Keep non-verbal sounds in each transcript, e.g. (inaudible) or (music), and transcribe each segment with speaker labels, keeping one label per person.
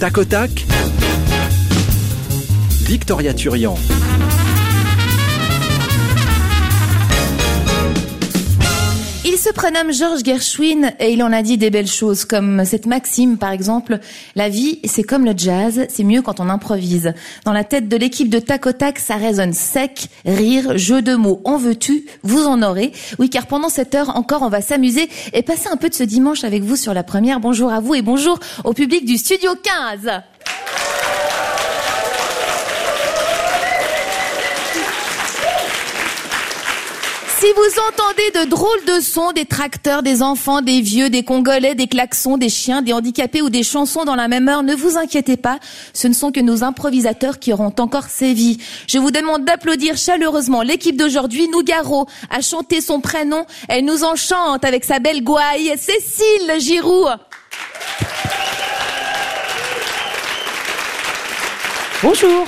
Speaker 1: Tac au tac. Victoria Turian.
Speaker 2: Il se prénomme Georges Gershwin et il en a dit des belles choses comme cette maxime par exemple. La vie, c'est comme le jazz, c'est mieux quand on improvise. Dans la tête de l'équipe de Tac au Tac, ça résonne sec, rire, jeu de mots. En veux-tu Vous en aurez. Oui, car pendant cette heure encore, on va s'amuser et passer un peu de ce dimanche avec vous sur la première. Bonjour à vous et bonjour au public du Studio 15. Si vous entendez de drôles de sons, des tracteurs, des enfants, des vieux, des Congolais, des klaxons, des chiens, des handicapés ou des chansons dans la même heure, ne vous inquiétez pas, ce ne sont que nos improvisateurs qui auront encore sévi. Je vous demande d'applaudir chaleureusement l'équipe d'aujourd'hui. Nougaro a chanté son prénom, elle nous enchante avec sa belle gouaille, Cécile Giroud.
Speaker 3: Bonjour.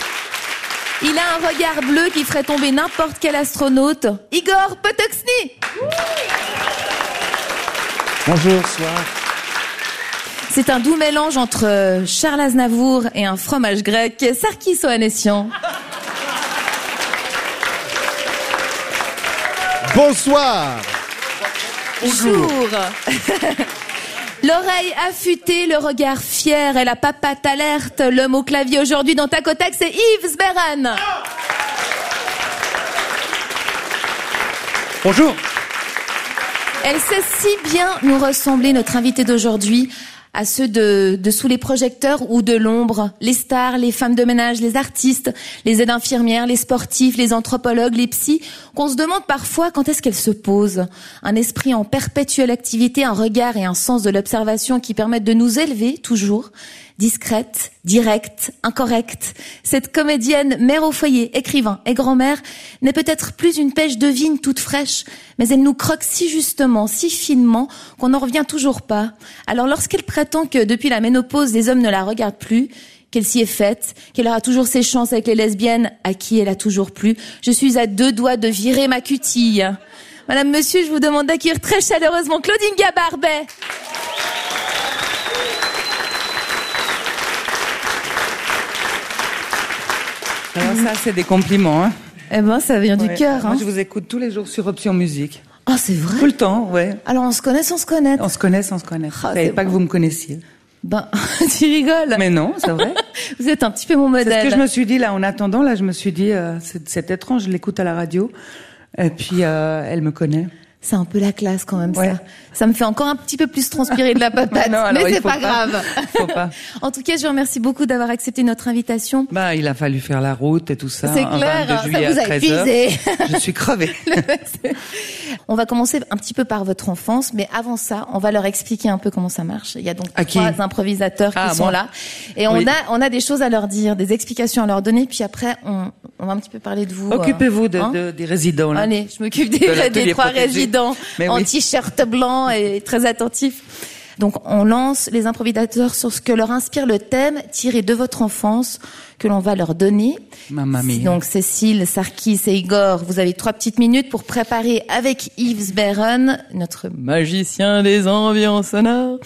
Speaker 2: Il a un regard bleu qui ferait tomber n'importe quel astronaute. Igor Potoksny
Speaker 3: Bonjour, soir.
Speaker 2: C'est un doux mélange entre euh, Charles Aznavour et un fromage grec, Sarkis Ohanessian.
Speaker 4: Bonsoir
Speaker 2: Bonjour (laughs) L'oreille affûtée, le regard fier et la papate alerte, l'homme au clavier aujourd'hui dans Tacotac, c'est Yves Sberran.
Speaker 3: Bonjour.
Speaker 2: Elle sait si bien nous ressembler, notre invité d'aujourd'hui, à ceux de, de sous les projecteurs ou de l'ombre, les stars, les femmes de ménage, les artistes, les aides infirmières, les sportifs, les anthropologues, les psys, qu'on se demande parfois quand est-ce qu'elles se posent. Un esprit en perpétuelle activité, un regard et un sens de l'observation qui permettent de nous élever toujours, discrète, directe, incorrecte. Cette comédienne, mère au foyer, écrivain et grand-mère, n'est peut-être plus une pêche de vigne toute fraîche, mais elle nous croque si justement, si finement, qu'on n'en revient toujours pas. Alors lorsqu'elle prétend que depuis la ménopause, les hommes ne la regardent plus, qu'elle s'y est faite, qu'elle aura toujours ses chances avec les lesbiennes, à qui elle a toujours plu, je suis à deux doigts de virer ma cutille. Madame, monsieur, je vous demande d'accueillir très chaleureusement Claudine Gabarbet.
Speaker 5: Alors ça, c'est des compliments. Hein.
Speaker 2: Eh ben, ça vient du
Speaker 5: Ouais.
Speaker 2: cœur,
Speaker 5: Moi,
Speaker 2: hein.
Speaker 5: je vous écoute tous les jours sur Option Musique.
Speaker 2: Oh, c'est vrai.
Speaker 5: Tout le temps, ouais.
Speaker 2: Alors, on se connaît sans se connaître.
Speaker 5: On se connaît sans se connaître.
Speaker 2: Ah,
Speaker 5: Je savais
Speaker 2: c'est
Speaker 5: pas
Speaker 2: bon.
Speaker 5: que vous me connaissiez.
Speaker 2: Ben, (laughs) tu rigoles.
Speaker 5: Mais non, c'est vrai.
Speaker 2: (laughs) Vous êtes un petit peu mon
Speaker 5: C'est ce
Speaker 2: modèle.
Speaker 5: que je me suis dit là. En attendant, là, je me suis dit, euh, c'est c'est étrange. Je l'écoute à la radio, et puis euh, elle me connaît.
Speaker 2: C'est un peu la classe quand même,
Speaker 5: Ouais.
Speaker 2: ça. Ça me fait encore un petit peu plus transpirer de
Speaker 5: (laughs)
Speaker 2: la patate.
Speaker 5: Non, alors,
Speaker 2: mais
Speaker 5: il
Speaker 2: c'est
Speaker 5: faut
Speaker 2: pas,
Speaker 5: pas.
Speaker 2: grave.
Speaker 5: Faut pas.
Speaker 2: (laughs) en tout cas, je vous remercie beaucoup d'avoir accepté notre invitation.
Speaker 5: Bah, il a fallu faire la route et tout ça.
Speaker 2: C'est
Speaker 5: un
Speaker 2: clair, hein.
Speaker 5: 22
Speaker 2: ça
Speaker 5: juillet
Speaker 2: vous
Speaker 5: à
Speaker 2: a
Speaker 5: 13 heures.
Speaker 2: épuisé.
Speaker 5: Je suis crevée.
Speaker 2: On va commencer un petit peu par votre enfance, mais avant ça, on va leur expliquer un peu comment ça marche. Il y a donc
Speaker 5: À qui
Speaker 2: trois improvisateurs qui
Speaker 5: Ah,
Speaker 2: sont
Speaker 5: moi.
Speaker 2: là, et on
Speaker 5: Oui.
Speaker 2: a on a des choses à leur dire, des explications à leur donner, puis après on, on va un petit peu parler de (laughs) vous. euh,
Speaker 5: Occupez-vous de,
Speaker 2: hein.
Speaker 5: de- des résidents. Là.
Speaker 2: Allez, je m'occupe
Speaker 5: De
Speaker 2: des,
Speaker 5: l'atelier
Speaker 2: des trois
Speaker 5: protégé.
Speaker 2: résidents
Speaker 5: Mais
Speaker 2: en
Speaker 5: oui.
Speaker 2: t-shirt blanc et très attentifs. Donc on lance les improvisateurs sur ce que leur inspire le thème tiré de votre enfance que l'on va leur donner.
Speaker 5: Mamma mia.
Speaker 2: Donc Cécile, Sarkis et Igor, vous avez trois petites minutes pour préparer avec Yves Beron, notre magicien des ambiances sonores,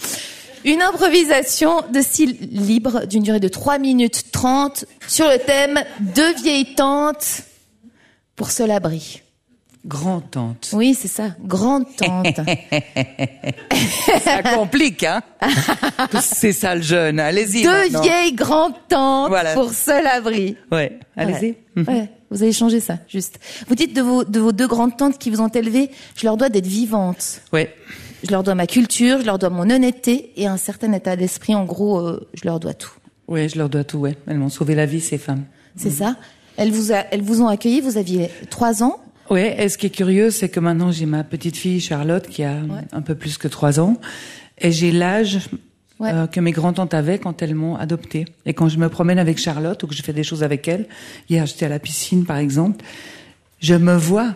Speaker 2: une improvisation de style libre d'une durée de 3 minutes 30 sur le thème Deux vieilles tantes pour se l'abri.
Speaker 5: Grand tante.
Speaker 2: Oui, c'est ça, grande
Speaker 5: (laughs)
Speaker 2: tante.
Speaker 5: Ça complique, hein C'est ça le jeune. Allez-y.
Speaker 2: Deux
Speaker 5: maintenant.
Speaker 2: vieilles grandes tantes
Speaker 5: Voilà.
Speaker 2: pour se l'abri.
Speaker 5: Ouais. Allez-y.
Speaker 2: Ouais. Ouais, vous avez changé ça, juste. Vous dites de vos, de vos deux grandes tantes qui vous ont élevées, je leur dois d'être vivantes.
Speaker 5: Ouais.
Speaker 2: Je leur dois ma culture, je leur dois mon honnêteté et un certain état d'esprit. En gros, euh, je leur dois tout.
Speaker 5: Ouais, je leur dois tout. Ouais. Elles m'ont sauvé la vie, ces femmes. Mm.
Speaker 2: C'est ça elles vous, a- elles vous ont accueilli, vous aviez trois ans.
Speaker 5: Ouais, et ce qui est curieux, c'est que maintenant j'ai ma petite fille Charlotte qui a un peu plus que trois ans, et j'ai l'âge
Speaker 2: Ouais.
Speaker 5: euh, que mes grands-tantes avaient quand elles m'ont adoptée. Et quand je me promène avec Charlotte ou que je fais des choses avec elle, hier j'étais à la piscine par exemple, je me vois,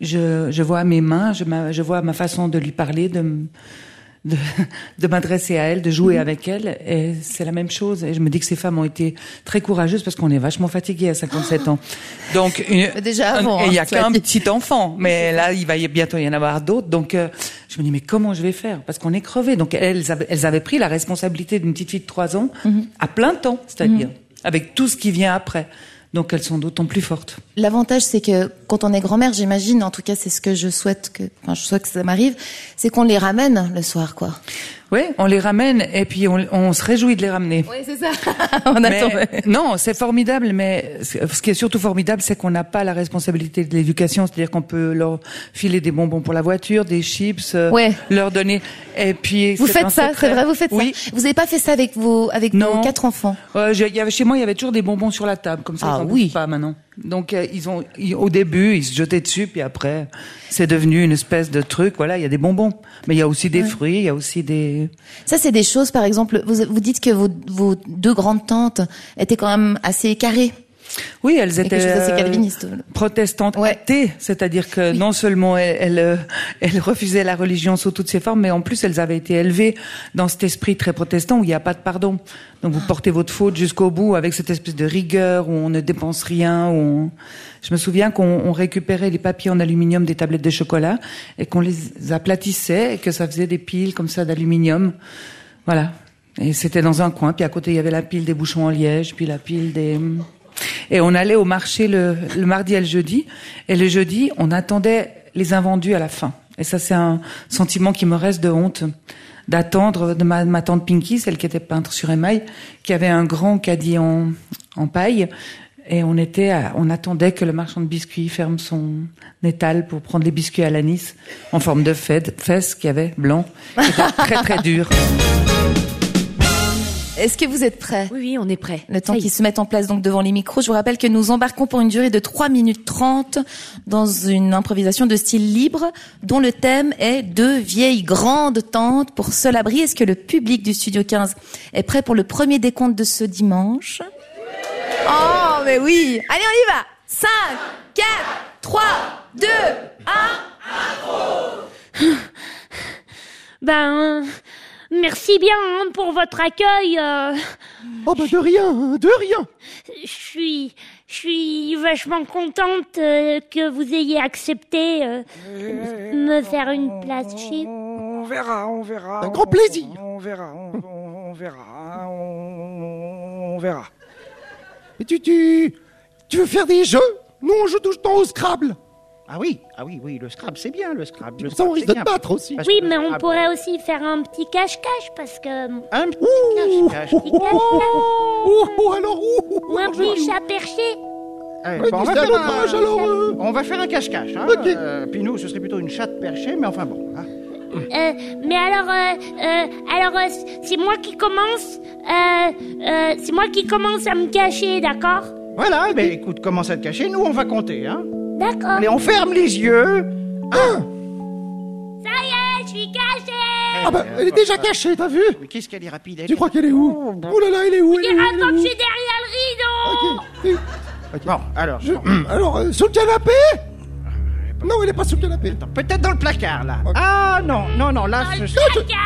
Speaker 5: je, je vois mes mains, je, ma- je vois ma façon de lui parler, de, m- de, (laughs) de m'adresser à elle, de jouer avec elle, et c'est la même chose. Et je me dis que ces femmes ont été très courageuses parce qu'on est vachement fatigué à 57 ans. Donc une-
Speaker 2: Mais déjà
Speaker 5: un-
Speaker 2: avant,
Speaker 5: Euh, et il y
Speaker 2: (laughs) hein,
Speaker 5: a
Speaker 2: cela
Speaker 5: qu'un
Speaker 2: dit.
Speaker 5: petit enfant, mais là il va y bientôt y en avoir d'autres. Donc euh, Je me dis mais comment je vais faire Parce qu'on est crevé. Donc elles, avaient- elles avaient pris la responsabilité d'une petite fille de 3 ans
Speaker 2: Mhm.
Speaker 5: à plein temps, c'est-à-dire avec tout ce qui vient après. Donc elles sont d'autant plus fortes.
Speaker 2: L'avantage, c'est que quand on est grand-mère, j'imagine, en tout cas, c'est ce que je souhaite que, enfin, je souhaite que ça m'arrive, c'est qu'on les ramène le soir, quoi.
Speaker 5: Oui, on les ramène et puis on, on se réjouit de les ramener.
Speaker 2: Oui, c'est ça. (laughs) on
Speaker 5: Mais-
Speaker 2: attend.
Speaker 5: non, c'est formidable, mais ce ce qui est surtout formidable, c'est qu'on n'a pas la responsabilité de l'éducation, c'est-à-dire qu'on peut leur filer des bonbons pour la voiture, des chips, euh,
Speaker 2: Ouais.
Speaker 5: leur donner. Et puis
Speaker 2: Vous
Speaker 5: c'est un
Speaker 2: faites ça,
Speaker 5: secret.
Speaker 2: c'est vrai, vous faites
Speaker 5: oui.
Speaker 2: ça. Vous n'avez pas fait ça avec vos, avec
Speaker 5: Non.
Speaker 2: vos quatre enfants.
Speaker 5: Euh, je- il y avait, chez moi, il y avait toujours des bonbons sur la table, comme ça.
Speaker 2: Ah
Speaker 5: ils en
Speaker 2: oui.
Speaker 5: bouffent Pas maintenant. Donc euh, ils ont, ils- au début, ils se jetaient dessus, puis après, c'est devenu une espèce de truc. Voilà, il y a des bonbons, mais il y a aussi des fruits, il y a aussi des.
Speaker 2: Ça, c'est des choses, par exemple, vous, vous dites que vos, vos deux grandes tantes étaient quand même assez carrées.
Speaker 5: Oui, elles étaient
Speaker 2: quelque chose d'assez
Speaker 5: euh,
Speaker 2: calviniste.
Speaker 5: protestantes
Speaker 2: Ouais.
Speaker 5: athées, c'est-à-dire que non seulement elles, elles, euh, elles refusaient la religion sous toutes ses formes, mais en plus elles avaient été élevées dans cet esprit très protestant où il n'y a pas de pardon. Donc
Speaker 2: Ah.
Speaker 5: vous portez votre faute jusqu'au bout avec cette espèce de rigueur où on ne dépense rien. Où on... Je me souviens qu'on on récupérait les papiers en aluminium des tablettes de chocolat et qu'on les aplatissait et que ça faisait des piles comme ça d'aluminium. Voilà. Et c'était dans un coin, puis à côté il y avait la pile des bouchons en liège, puis la pile des... Et on allait au marché le, le mardi et le jeudi, et le jeudi on attendait les invendus à la fin. Et ça c'est un sentiment qui me reste de honte, d'attendre de ma, ma tante Pinky, celle qui était peintre sur émail, qui avait un grand caddie en, en paille, et on était, à- on attendait que le marchand de biscuits ferme son étal pour prendre les biscuits à l'anis en forme de fête- fesse qu'il y avait blanc. C'était très très dur.
Speaker 2: Est-ce que vous êtes prêts
Speaker 6: Oui, oui, on est prêt.
Speaker 2: Le temps
Speaker 6: Ça y
Speaker 2: qu'ils se mettent en place donc devant les micros, je vous rappelle que nous embarquons pour une durée de 3 minutes 30 dans une improvisation de style libre dont le thème est deux vieilles grandes tentes pour seul abri. Est-ce que le public du Studio 15 est prêt pour le premier décompte de ce dimanche Oh mais oui Allez on y va 5, 4, 3, 2, 1
Speaker 7: Ben, merci bien hein, pour votre accueil. euh,
Speaker 8: Oh bah de rien, hein, de rien
Speaker 7: je suis, je suis vachement contente euh, que vous ayez accepté euh, me faire une place chez vous.
Speaker 9: On verra, on verra.
Speaker 8: Un
Speaker 9: on-
Speaker 8: grand plaisir.
Speaker 9: On, on verra, on, on- on verra, hein, on, on verra.
Speaker 8: Mais tu, tu, tu veux faire des jeux Nous on joue tout le temps au Scrabble
Speaker 9: Ah oui, ah oui, oui, le Scrabble, c'est bien, le Scrabble. le
Speaker 8: Comme ça on
Speaker 9: Scrabble,
Speaker 8: risque
Speaker 9: c'est
Speaker 8: de te
Speaker 9: bien.
Speaker 8: battre aussi
Speaker 9: Parce
Speaker 7: Oui,
Speaker 9: que le
Speaker 7: mais on
Speaker 9: Scrabble-
Speaker 7: pourrait aussi faire un petit cache-cache parce que
Speaker 9: Un petit cache-cache.
Speaker 8: Ouh,
Speaker 7: petit
Speaker 8: oh,
Speaker 7: cache-cache
Speaker 8: ouh, ouh, oh, alors ouh, ouh, ouh,
Speaker 7: ou un
Speaker 8: alors, je-
Speaker 7: petit chat perché.
Speaker 9: Allez,
Speaker 8: Ouais,
Speaker 9: Eh, bon, on,
Speaker 8: tu
Speaker 9: va
Speaker 8: sais, à
Speaker 9: faire
Speaker 8: notre âge,
Speaker 9: un,
Speaker 8: alors, euh,
Speaker 9: on va faire un cache-cache. Hein,
Speaker 8: Ok.
Speaker 9: euh, puis nous, ce serait plutôt une chatte perchée, mais enfin bon. hein.
Speaker 7: Euh, mais alors, euh, euh, alors euh, c'est moi qui commence. euh, euh, c'est moi qui commence à me cacher, d'accord
Speaker 9: Voilà, mais écoute, commence à te cacher, nous, on va compter. Hein.
Speaker 7: D'accord.
Speaker 9: Allez, on ferme les yeux.
Speaker 7: Ça y est, je suis cachée
Speaker 8: Ah bah elle est déjà cachée, t'as vu
Speaker 9: Mais qu'est-ce qu'elle est rapide, elle. Oh,
Speaker 8: Tu crois qu'elle est où Ouh là là, elle est où elle est
Speaker 7: Et
Speaker 8: où, elle est
Speaker 7: attends que
Speaker 8: où
Speaker 7: je suis derrière le rideau
Speaker 8: Ok,
Speaker 9: Bon, alors,
Speaker 8: je-
Speaker 9: bon,
Speaker 8: (clears throat)
Speaker 9: Euh,
Speaker 8: Alors, euh, sous le canapé Non, elle est pas sous le canapé Sous
Speaker 9: peut-être dans le placard, là. Ah non, non, non, là, ce serait...
Speaker 7: Placard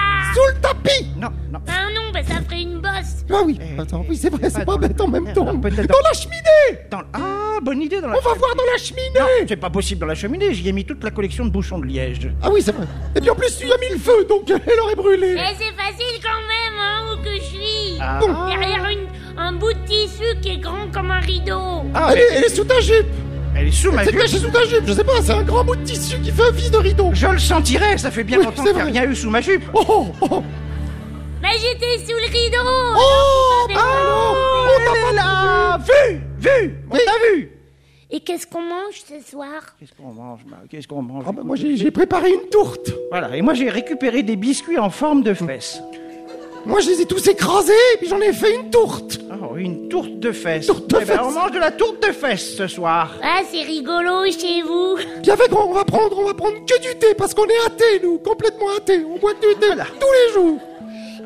Speaker 8: le tapis
Speaker 9: Non, non.
Speaker 7: Ah non, bah ça ferait une bosse
Speaker 8: Ah oui,
Speaker 9: Eh,
Speaker 8: attends,
Speaker 9: eh,
Speaker 8: oui c'est vrai,
Speaker 9: c'est
Speaker 8: c'est
Speaker 9: pas
Speaker 8: pas bête en même
Speaker 9: dans-
Speaker 8: temps
Speaker 9: alors, peut-être
Speaker 8: Dans
Speaker 9: dans-
Speaker 8: la cheminée
Speaker 9: Dans... Ah, bonne idée dans la
Speaker 8: On va voir dans la
Speaker 9: Non,
Speaker 8: cheminée
Speaker 9: c'est pas possible dans la cheminée, j'y ai mis toute la collection de bouchons de liège.
Speaker 8: Ah oui, c'est vrai Et puis en plus, tu lui as mis le feu, donc (laughs) elle aurait brûlé
Speaker 7: Mais c'est facile quand même, hein, où que je suis
Speaker 9: Ah.
Speaker 7: Derrière une, un bout de tissu qui est grand comme un rideau
Speaker 9: Ah,
Speaker 8: elle,
Speaker 9: mais
Speaker 8: est, elle est sous ta jupe
Speaker 9: elle est sous ma
Speaker 8: C'est
Speaker 9: jupe.
Speaker 8: caché sous ta jupe, je sais pas, c'est un grand bout de tissu qui fait office de rideau
Speaker 9: Je le sentirais, ça fait bien
Speaker 8: Oui,
Speaker 9: longtemps
Speaker 8: c'est
Speaker 9: qu'il n'y a
Speaker 8: vrai.
Speaker 9: rien eu sous ma jupe.
Speaker 8: Oh oh oh
Speaker 7: Mais j'étais sous le rideau
Speaker 8: Oh
Speaker 7: mais
Speaker 8: Ah On t'a pas là
Speaker 9: Vu Vu On
Speaker 8: Oui.
Speaker 9: t'a vu
Speaker 7: Et qu'est-ce qu'on mange ce soir
Speaker 9: Qu'est-ce qu'on mange bah, Qu'est-ce qu'on mange
Speaker 8: Ah bah moi j'ai j'ai préparé une tourte
Speaker 9: Voilà, et moi j'ai récupéré des biscuits en forme de fesses.
Speaker 8: Moi je les ai tous écrasés, et puis j'en ai fait une tourte
Speaker 9: Oh, une tourte de fesses.
Speaker 8: Tourte de
Speaker 9: Eh ben,
Speaker 8: fesses.
Speaker 9: on mange de la tourte de fesses ce soir.
Speaker 7: Ah, c'est rigolo chez vous
Speaker 8: Puis avec, on va prendre, on va prendre que du thé, parce qu'on est athées nous, complètement athées On boit que du thé tous les jours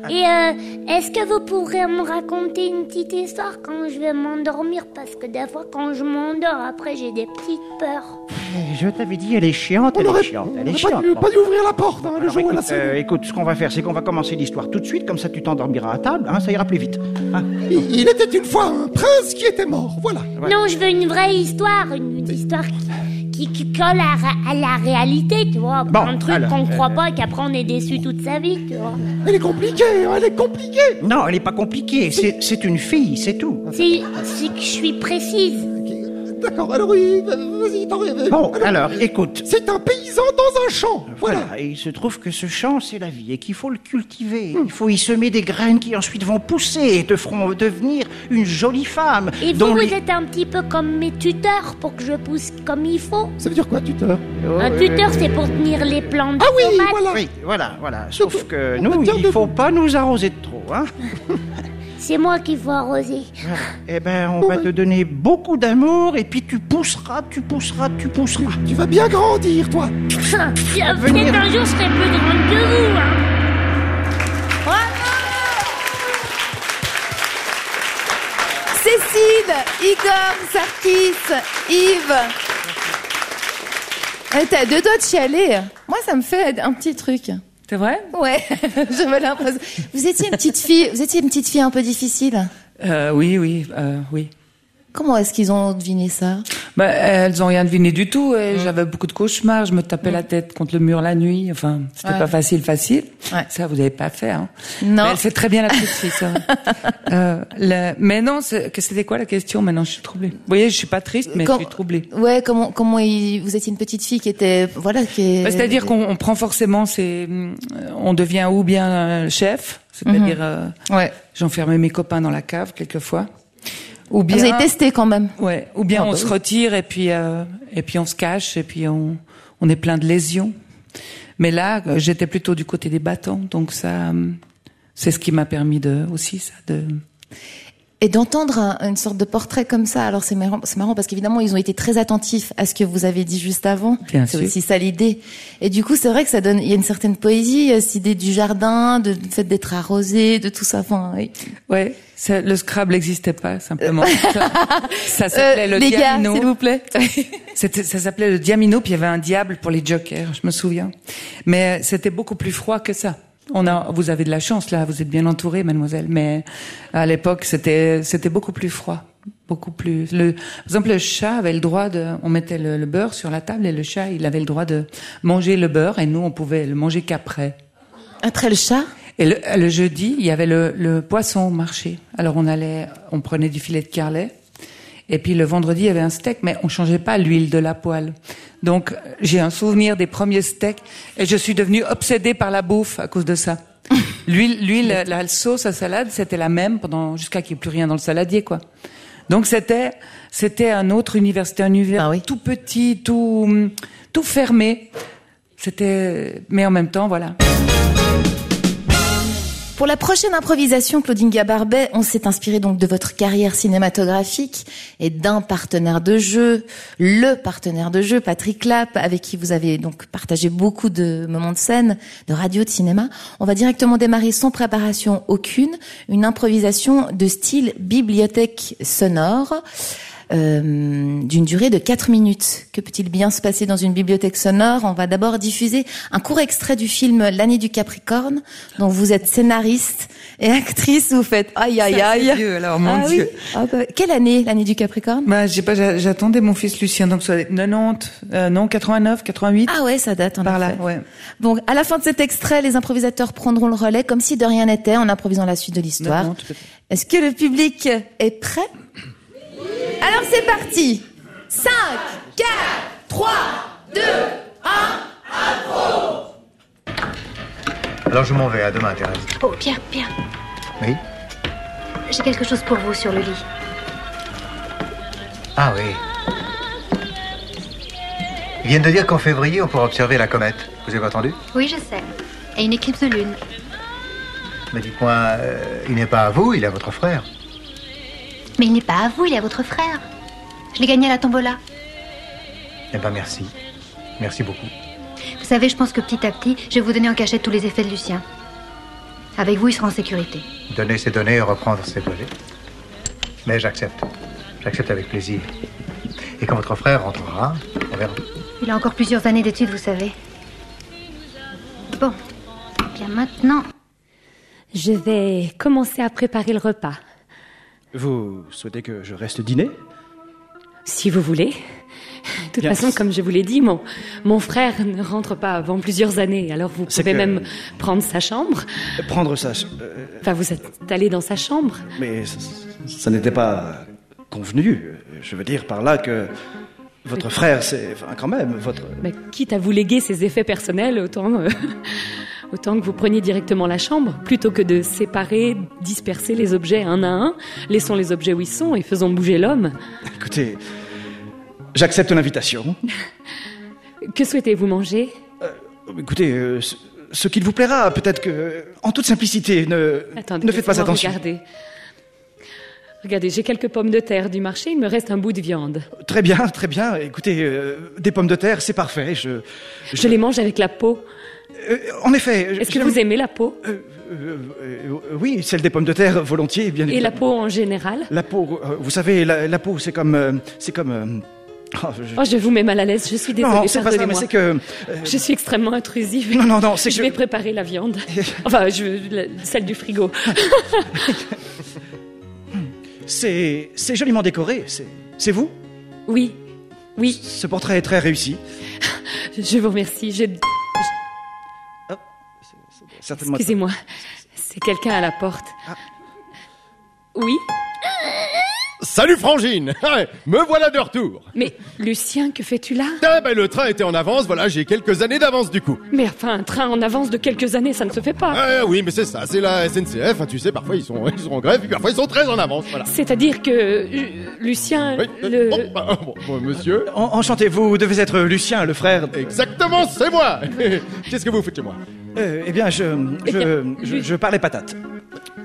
Speaker 7: Et euh, est-ce que vous pourrez me raconter une petite histoire quand je vais m'endormir Parce que des fois, quand je m'endors, après, j'ai des petites peurs.
Speaker 9: Eh, Je t'avais dit, elle est chiante,
Speaker 8: On
Speaker 9: elle est
Speaker 8: aurait,
Speaker 9: chiante,
Speaker 8: on
Speaker 9: elle est
Speaker 8: aurait pas,
Speaker 9: chiante.
Speaker 8: dû,
Speaker 9: Bon.
Speaker 8: pas dû ouvrir la porte, hein, le
Speaker 9: Alors,
Speaker 8: jour où elle a
Speaker 9: écoute, euh,
Speaker 8: sonné.
Speaker 9: écoute, ce qu'on va faire, c'est qu'on va commencer l'histoire tout de suite, comme ça tu t'endormiras à table, hein, ça ira plus vite. Hein.
Speaker 8: Il, il était une fois un prince qui était mort, voilà
Speaker 9: Ouais.
Speaker 7: Non, je veux une vraie histoire, une histoire qui, qui qui, qui colle à, ra- à la réalité, tu vois.
Speaker 10: Bon,
Speaker 7: un truc
Speaker 10: alors,
Speaker 11: euh,
Speaker 7: qu'on croit pas et qu'après on est déçu toute sa vie, tu vois.
Speaker 11: Elle est compliquée, elle est compliquée.
Speaker 10: Non, elle n'est pas compliquée. C'est c'est une fille, c'est tout.
Speaker 7: C'est c'est que je suis précise.
Speaker 11: Ok, D'accord, alors oui, vas-y, t'en rêves.
Speaker 10: Bon, alors, écoute.
Speaker 11: C'est un paysan dans un champ. Voilà.
Speaker 10: Voilà, et il se trouve que ce champ, c'est la vie, et qu'il faut le
Speaker 8: Hmm.
Speaker 10: cultiver. Il faut y semer des graines qui ensuite vont pousser et te feront devenir une jolie femme.
Speaker 7: Et vous,
Speaker 10: dont
Speaker 7: vous
Speaker 10: les-
Speaker 7: êtes un petit peu comme mes tuteurs pour que je pousse comme il faut.
Speaker 11: Ça veut dire quoi, tuteur
Speaker 10: Oh,
Speaker 7: un tuteur, c'est pour tenir les plants de
Speaker 11: Ah oui,
Speaker 7: tomates.
Speaker 11: voilà.
Speaker 10: Oui, voilà, voilà. Sauf
Speaker 11: peux-
Speaker 10: que
Speaker 11: on
Speaker 10: nous,
Speaker 11: peut dire
Speaker 10: il
Speaker 11: de
Speaker 10: faut pas nous arroser de trop,
Speaker 11: (laughs)
Speaker 10: hein.
Speaker 7: C'est moi qui faut arroser.
Speaker 10: Voilà. Eh ben, on va te donner beaucoup d'amour, et puis tu pousseras, tu pousseras, tu pousseras.
Speaker 11: Tu vas bien grandir, toi.
Speaker 7: Putain, Peut-être un jour, je serai plus grande que vous. Hein.
Speaker 2: Cécile, Igor, Sarkis, Yves. Eh, T'as deux doigts de chialer. Moi, ça me fait un petit truc.
Speaker 5: C'est vrai
Speaker 2: Ouais, (laughs) j'avais l'impression. Vous étiez une petite fille, vous étiez une petite fille un peu difficile.
Speaker 5: Euh, Oui, oui, euh, oui.
Speaker 2: Comment est-ce qu'ils ont deviné ça
Speaker 5: Bah, elles ont rien deviné du tout.
Speaker 2: Mm.
Speaker 5: et J'avais beaucoup de cauchemars. Je me tapais la tête contre le mur la nuit. Enfin, c'était
Speaker 2: Ouais.
Speaker 5: pas facile, facile.
Speaker 2: Ouais.
Speaker 5: Ça, vous n'avez pas fait. Hein.
Speaker 2: Non.
Speaker 5: Mais elle fait très bien la petite
Speaker 2: (laughs)
Speaker 5: fille. Ça. (laughs) euh, le- Mais non, c'est- que c'était quoi la question Maintenant, je suis troublée. Vous voyez, je suis pas triste, mais
Speaker 2: Quand-
Speaker 5: je suis troublée.
Speaker 2: Ouais, comment comment il- vous étiez une petite fille qui était voilà qui. est-
Speaker 5: Bah, C'est-à-dire qu'on on prend forcément, c'est, on devient ou bien euh, chef, c'est-à-dire euh,
Speaker 2: Mm-hmm. Ouais.
Speaker 5: j'enfermais mes copains dans la cave quelquefois, ou bien
Speaker 2: Vous avez testé quand même.
Speaker 5: Ouais, ou bien
Speaker 2: Ah,
Speaker 5: on
Speaker 2: bah
Speaker 5: se
Speaker 2: oui.
Speaker 5: retire et puis euh, et puis on se cache et puis on on est plein de lésions. Mais là, euh, j'étais plutôt du côté des battants, donc ça euh, c'est ce qui m'a permis de aussi ça de
Speaker 2: Et d'entendre un- une sorte de portrait comme ça, alors c'est marrant, c'est marrant parce qu'évidemment ils ont été très attentifs à ce que vous avez dit juste avant.
Speaker 5: Bien
Speaker 2: c'est
Speaker 5: sûr.
Speaker 2: aussi ça l'idée. Et du coup c'est vrai que ça donne, il y a une certaine poésie, euh, cette idée du jardin, de du fait d'être arrosé, de tout ça. Enfin, oui.
Speaker 5: Ouais, ça- le Scrabble n'existait pas simplement. ça ça s'appelait le
Speaker 2: Euh, les gars,
Speaker 5: Diamino.
Speaker 2: s'il vous plaît.
Speaker 5: C'était- ça s'appelait le Diamino, puis il y avait un diable pour les jokers, je me souviens. Mais euh, c'était beaucoup plus froid que ça. On a, vous avez de la chance là, vous êtes bien entourée, mademoiselle. Mais à l'époque, c'était, c'était beaucoup plus froid, beaucoup plus. Le, par exemple, le chat avait le droit de, on mettait le, le beurre sur la table et le chat, il avait le droit de manger le beurre et nous, on pouvait le manger qu'après.
Speaker 2: Après le chat.
Speaker 5: Et le, le jeudi, il y avait le, le poisson au marché. Alors on allait, on prenait du filet de carlet. Et puis le vendredi, il y avait un steak, mais on changeait pas l'huile de la poêle. Donc euh, j'ai un souvenir des premiers steaks et je suis devenue obsédée par la bouffe à cause de
Speaker 2: (laughs)
Speaker 5: ça. L'huile, l'huile, la, la sauce à salade, c'était la même pendant jusqu'à qu'il n'y ait plus rien dans le saladier, quoi. Donc c'était, c'était un autre univers, c'était un univers
Speaker 2: Ah oui.
Speaker 5: tout petit, tout, hum, tout fermé. C'était, mais en même temps, voilà.
Speaker 2: Pour la prochaine improvisation, Claudine Gabarbet, on s'est inspiré donc de votre carrière cinématographique et d'un partenaire de jeu, le partenaire de jeu, Patrick Clapp, avec qui vous avez donc partagé beaucoup de moments de scène, de radio, de cinéma. On va directement démarrer sans préparation aucune, une improvisation de style bibliothèque sonore. euh, d'une durée de 4 minutes. Que peut-il bien se passer dans une bibliothèque sonore On va d'abord diffuser un court extrait du film L'année du Capricorne, dont vous êtes scénariste et actrice. Vous faites aïe aïe
Speaker 5: Ça, c'est
Speaker 2: aïe.
Speaker 5: vieux, alors, mon
Speaker 2: Ah
Speaker 5: Dieu.
Speaker 2: oui. Ah bah, quelle année l'année du Capricorne
Speaker 5: Bah, je sais pas, j'a- j'attendais mon fils Lucien, donc soit les 90, euh, non, 89, 88,
Speaker 2: Ah ouais, ça date en
Speaker 5: par là,
Speaker 2: effet.
Speaker 5: ouais.
Speaker 2: Donc à la fin de cet extrait, les improvisateurs prendront le relais comme si de rien n'était en improvisant la suite de l'histoire.
Speaker 5: Non, non, tout à fait.
Speaker 2: Est-ce que le public est prêt Alors c'est parti 5, 4, 3, 2,
Speaker 4: Alors je m'en vais, à demain Thérèse.
Speaker 12: Oh, Pierre, Pierre,
Speaker 4: Oui
Speaker 12: j'ai quelque chose pour vous sur le lit.
Speaker 4: Ah oui. Ils viennent de dire qu'en février, on pourra observer la comète. Vous avez entendu
Speaker 12: Oui, je sais. Et une éclipse de lune.
Speaker 4: Mais dites-moi, euh, il n'est pas à vous, il est à votre frère.
Speaker 12: Mais il n'est pas à vous, il est à votre frère. Je l'ai gagné à la tombola.
Speaker 4: Eh ben merci. Merci beaucoup.
Speaker 12: Vous savez, je pense que petit à petit, je vais vous donner en cachette tous les effets de Lucien. Avec vous, il sera en sécurité.
Speaker 4: Donner ses données et reprendre ses volets. Mais j'accepte. J'accepte avec plaisir. Et quand votre frère rentrera, on verra.
Speaker 12: Il a encore plusieurs années d'études, vous savez. Bon, Eh bien maintenant,
Speaker 13: Je vais commencer à préparer le repas,
Speaker 10: Vous souhaitez que je reste dîner
Speaker 13: si vous voulez. toute façon, comme je vous l'ai dit, mon, mon frère ne rentre pas avant plusieurs années. Alors vous
Speaker 9: C'est
Speaker 13: pouvez
Speaker 9: que-
Speaker 13: même prendre sa chambre.
Speaker 9: Prendre ça, euh,
Speaker 13: Enfin, vous êtes allé dans sa chambre.
Speaker 9: mais ça, ça n'était pas convenu. Je veux dire par là que votre frère, c'est enfin, quand même votre.
Speaker 13: Mais quitte à vous léguer ses effets personnels, autant, euh, (laughs) autant que vous preniez directement la chambre, plutôt que de séparer, disperser les objets un à un. Laissons les objets où ils sont et faisons bouger l'homme.
Speaker 9: Écoutez, j'accepte l'invitation.
Speaker 13: Que souhaitez-vous manger
Speaker 9: Écoutez, euh, ce, ce qu'il vous plaira, peut-être que, euh, en toute simplicité, ne,
Speaker 13: Attendez,
Speaker 9: ne faites pas
Speaker 13: laissez-moi
Speaker 9: attention.
Speaker 13: Regardez. Regardez, j'ai quelques pommes de terre du marché, il me reste un bout de viande.
Speaker 9: Très bien, très bien. Écoutez, euh, des pommes de terre, c'est parfait. Je,
Speaker 13: je... les mange avec la peau.
Speaker 9: Euh, en effet.
Speaker 13: Est-ce que vous aimez la peau
Speaker 9: Euh, euh, oui, celle des pommes de terre, volontiers, bien
Speaker 13: Et
Speaker 9: évidemment.
Speaker 13: la peau en général
Speaker 9: La peau, euh, vous savez, la, la peau, c'est comme, euh, c'est comme. euh, oh, je-
Speaker 13: Oh, je vous mets mal à l'aise, je suis désolée,
Speaker 9: non, c'est pas ça, mais
Speaker 13: pardonnez-moi.
Speaker 9: c'est que. euh,
Speaker 13: Je suis extrêmement intrusive.
Speaker 9: Non, non, non, c'est
Speaker 13: Je
Speaker 9: que-
Speaker 13: vais préparer la
Speaker 9: (laughs)
Speaker 13: viande. Enfin, je... la- celle du frigo.
Speaker 9: C'est, c'est joliment décoré. C'est, c'est vous
Speaker 13: Oui, oui.
Speaker 9: Ce portrait est très réussi.
Speaker 13: Je vous remercie. Je...
Speaker 9: (laughs) Certainement.
Speaker 13: Excusez-moi, c'est quelqu'un à la porte.
Speaker 9: Ah.
Speaker 13: Oui,
Speaker 14: Salut Frangine Ouais, Me voilà de retour
Speaker 13: mais Lucien, que fais-tu là
Speaker 14: Ah ben le train était en avance, voilà, j'ai quelques années d'avance du coup.
Speaker 13: Mais enfin, un train en avance de quelques années, ça ne se fait pas.
Speaker 14: Ah oui, mais c'est ça, c'est la SNCF, hein, tu sais, parfois ils sont, ils sont en grève, puis parfois ils sont très en avance, voilà.
Speaker 13: C'est-à-dire que euh, Lucien, le...
Speaker 14: Oh, monsieur
Speaker 9: Enchanté, vous devez être Lucien, le frère.
Speaker 14: Exactement, c'est moi Qu'est-ce que vous faites chez moi
Speaker 9: Eh bien, je, je, je, je parlais patates.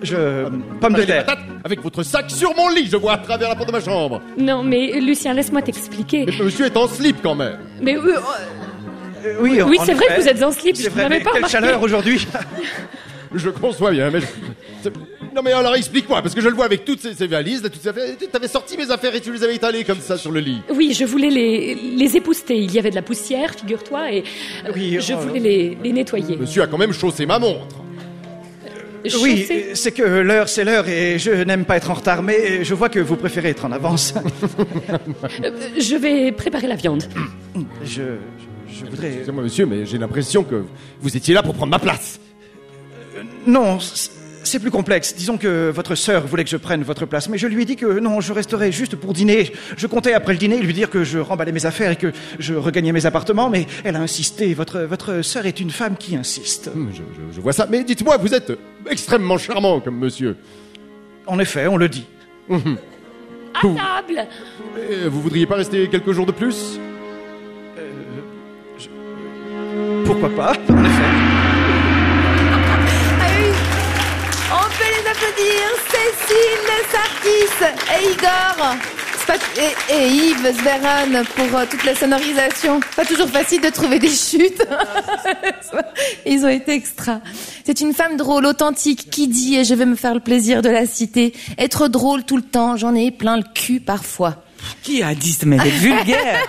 Speaker 9: Je. euh, Pommes de terre.
Speaker 14: Avec votre sac sur mon lit, je vois à travers la porte de ma chambre
Speaker 13: Non, mais Lucien, laisse-moi t'expliquer.
Speaker 14: Mais monsieur est en slip quand même
Speaker 13: Mais euh, euh,
Speaker 9: oui,
Speaker 13: oui
Speaker 14: en
Speaker 13: c'est vrai
Speaker 14: effet.
Speaker 13: que vous êtes en slip, je
Speaker 14: C'est vrai,
Speaker 13: n'avais
Speaker 14: mais
Speaker 13: pas
Speaker 14: quelle
Speaker 13: remarqué.
Speaker 14: chaleur aujourd'hui. (laughs) Je conçois bien, mais... je- c'est- Non mais alors explique-moi, parce que je le vois avec toutes ces, ces valises, là, toutes ces affaires... T'avais sorti mes affaires et tu les avais étalées comme ça sur le lit
Speaker 13: Oui, je voulais les, les épouster. Il y avait de la poussière, figure-toi, et euh, je
Speaker 9: oh,
Speaker 13: voulais les, les nettoyer.
Speaker 14: Monsieur a quand même chaussé ma montre
Speaker 9: Oui,
Speaker 13: Chaussée.
Speaker 9: euh, c'est que l'heure, c'est l'heure, et je n'aime pas être en retard, mais euh, je vois que vous préférez être en
Speaker 15: (laughs)
Speaker 9: avance.
Speaker 13: Euh, Je vais préparer la viande.
Speaker 9: je, je voudrais...
Speaker 14: Excusez-moi monsieur, mais j'ai l'impression que vous étiez là pour prendre ma place
Speaker 9: Non, c- c'est plus complexe. Disons que votre sœur voulait que je prenne votre place, mais je lui ai dit que non, je resterai juste pour dîner. Je comptais après le dîner lui dire que je remballais mes affaires et que je regagnais mes appartements, mais elle a insisté. Votre, votre sœur est une femme qui insiste.
Speaker 14: Hmm, je, vois ça, mais dites-moi, vous êtes Euh, extrêmement charmant comme monsieur
Speaker 9: En effet, on le dit.
Speaker 13: À table
Speaker 14: Et Euh, Vous voudriez pas rester quelques jours de plus
Speaker 9: Euh, Pourquoi pas
Speaker 2: Ah oui. On peut les applaudir, Cécile Le Sarkis et Igor Spat- et, et Yves Sveron pour euh, toute la sonorisation. Pas toujours facile de trouver des chutes. (laughs) Ils ont été extra. C'est une femme drôle, authentique, qui dit, et je vais me faire le plaisir de la citer, être drôle tout le temps, j'en ai plein le cul parfois.
Speaker 5: Qui a dit mais elle est vulgaire
Speaker 2: (laughs)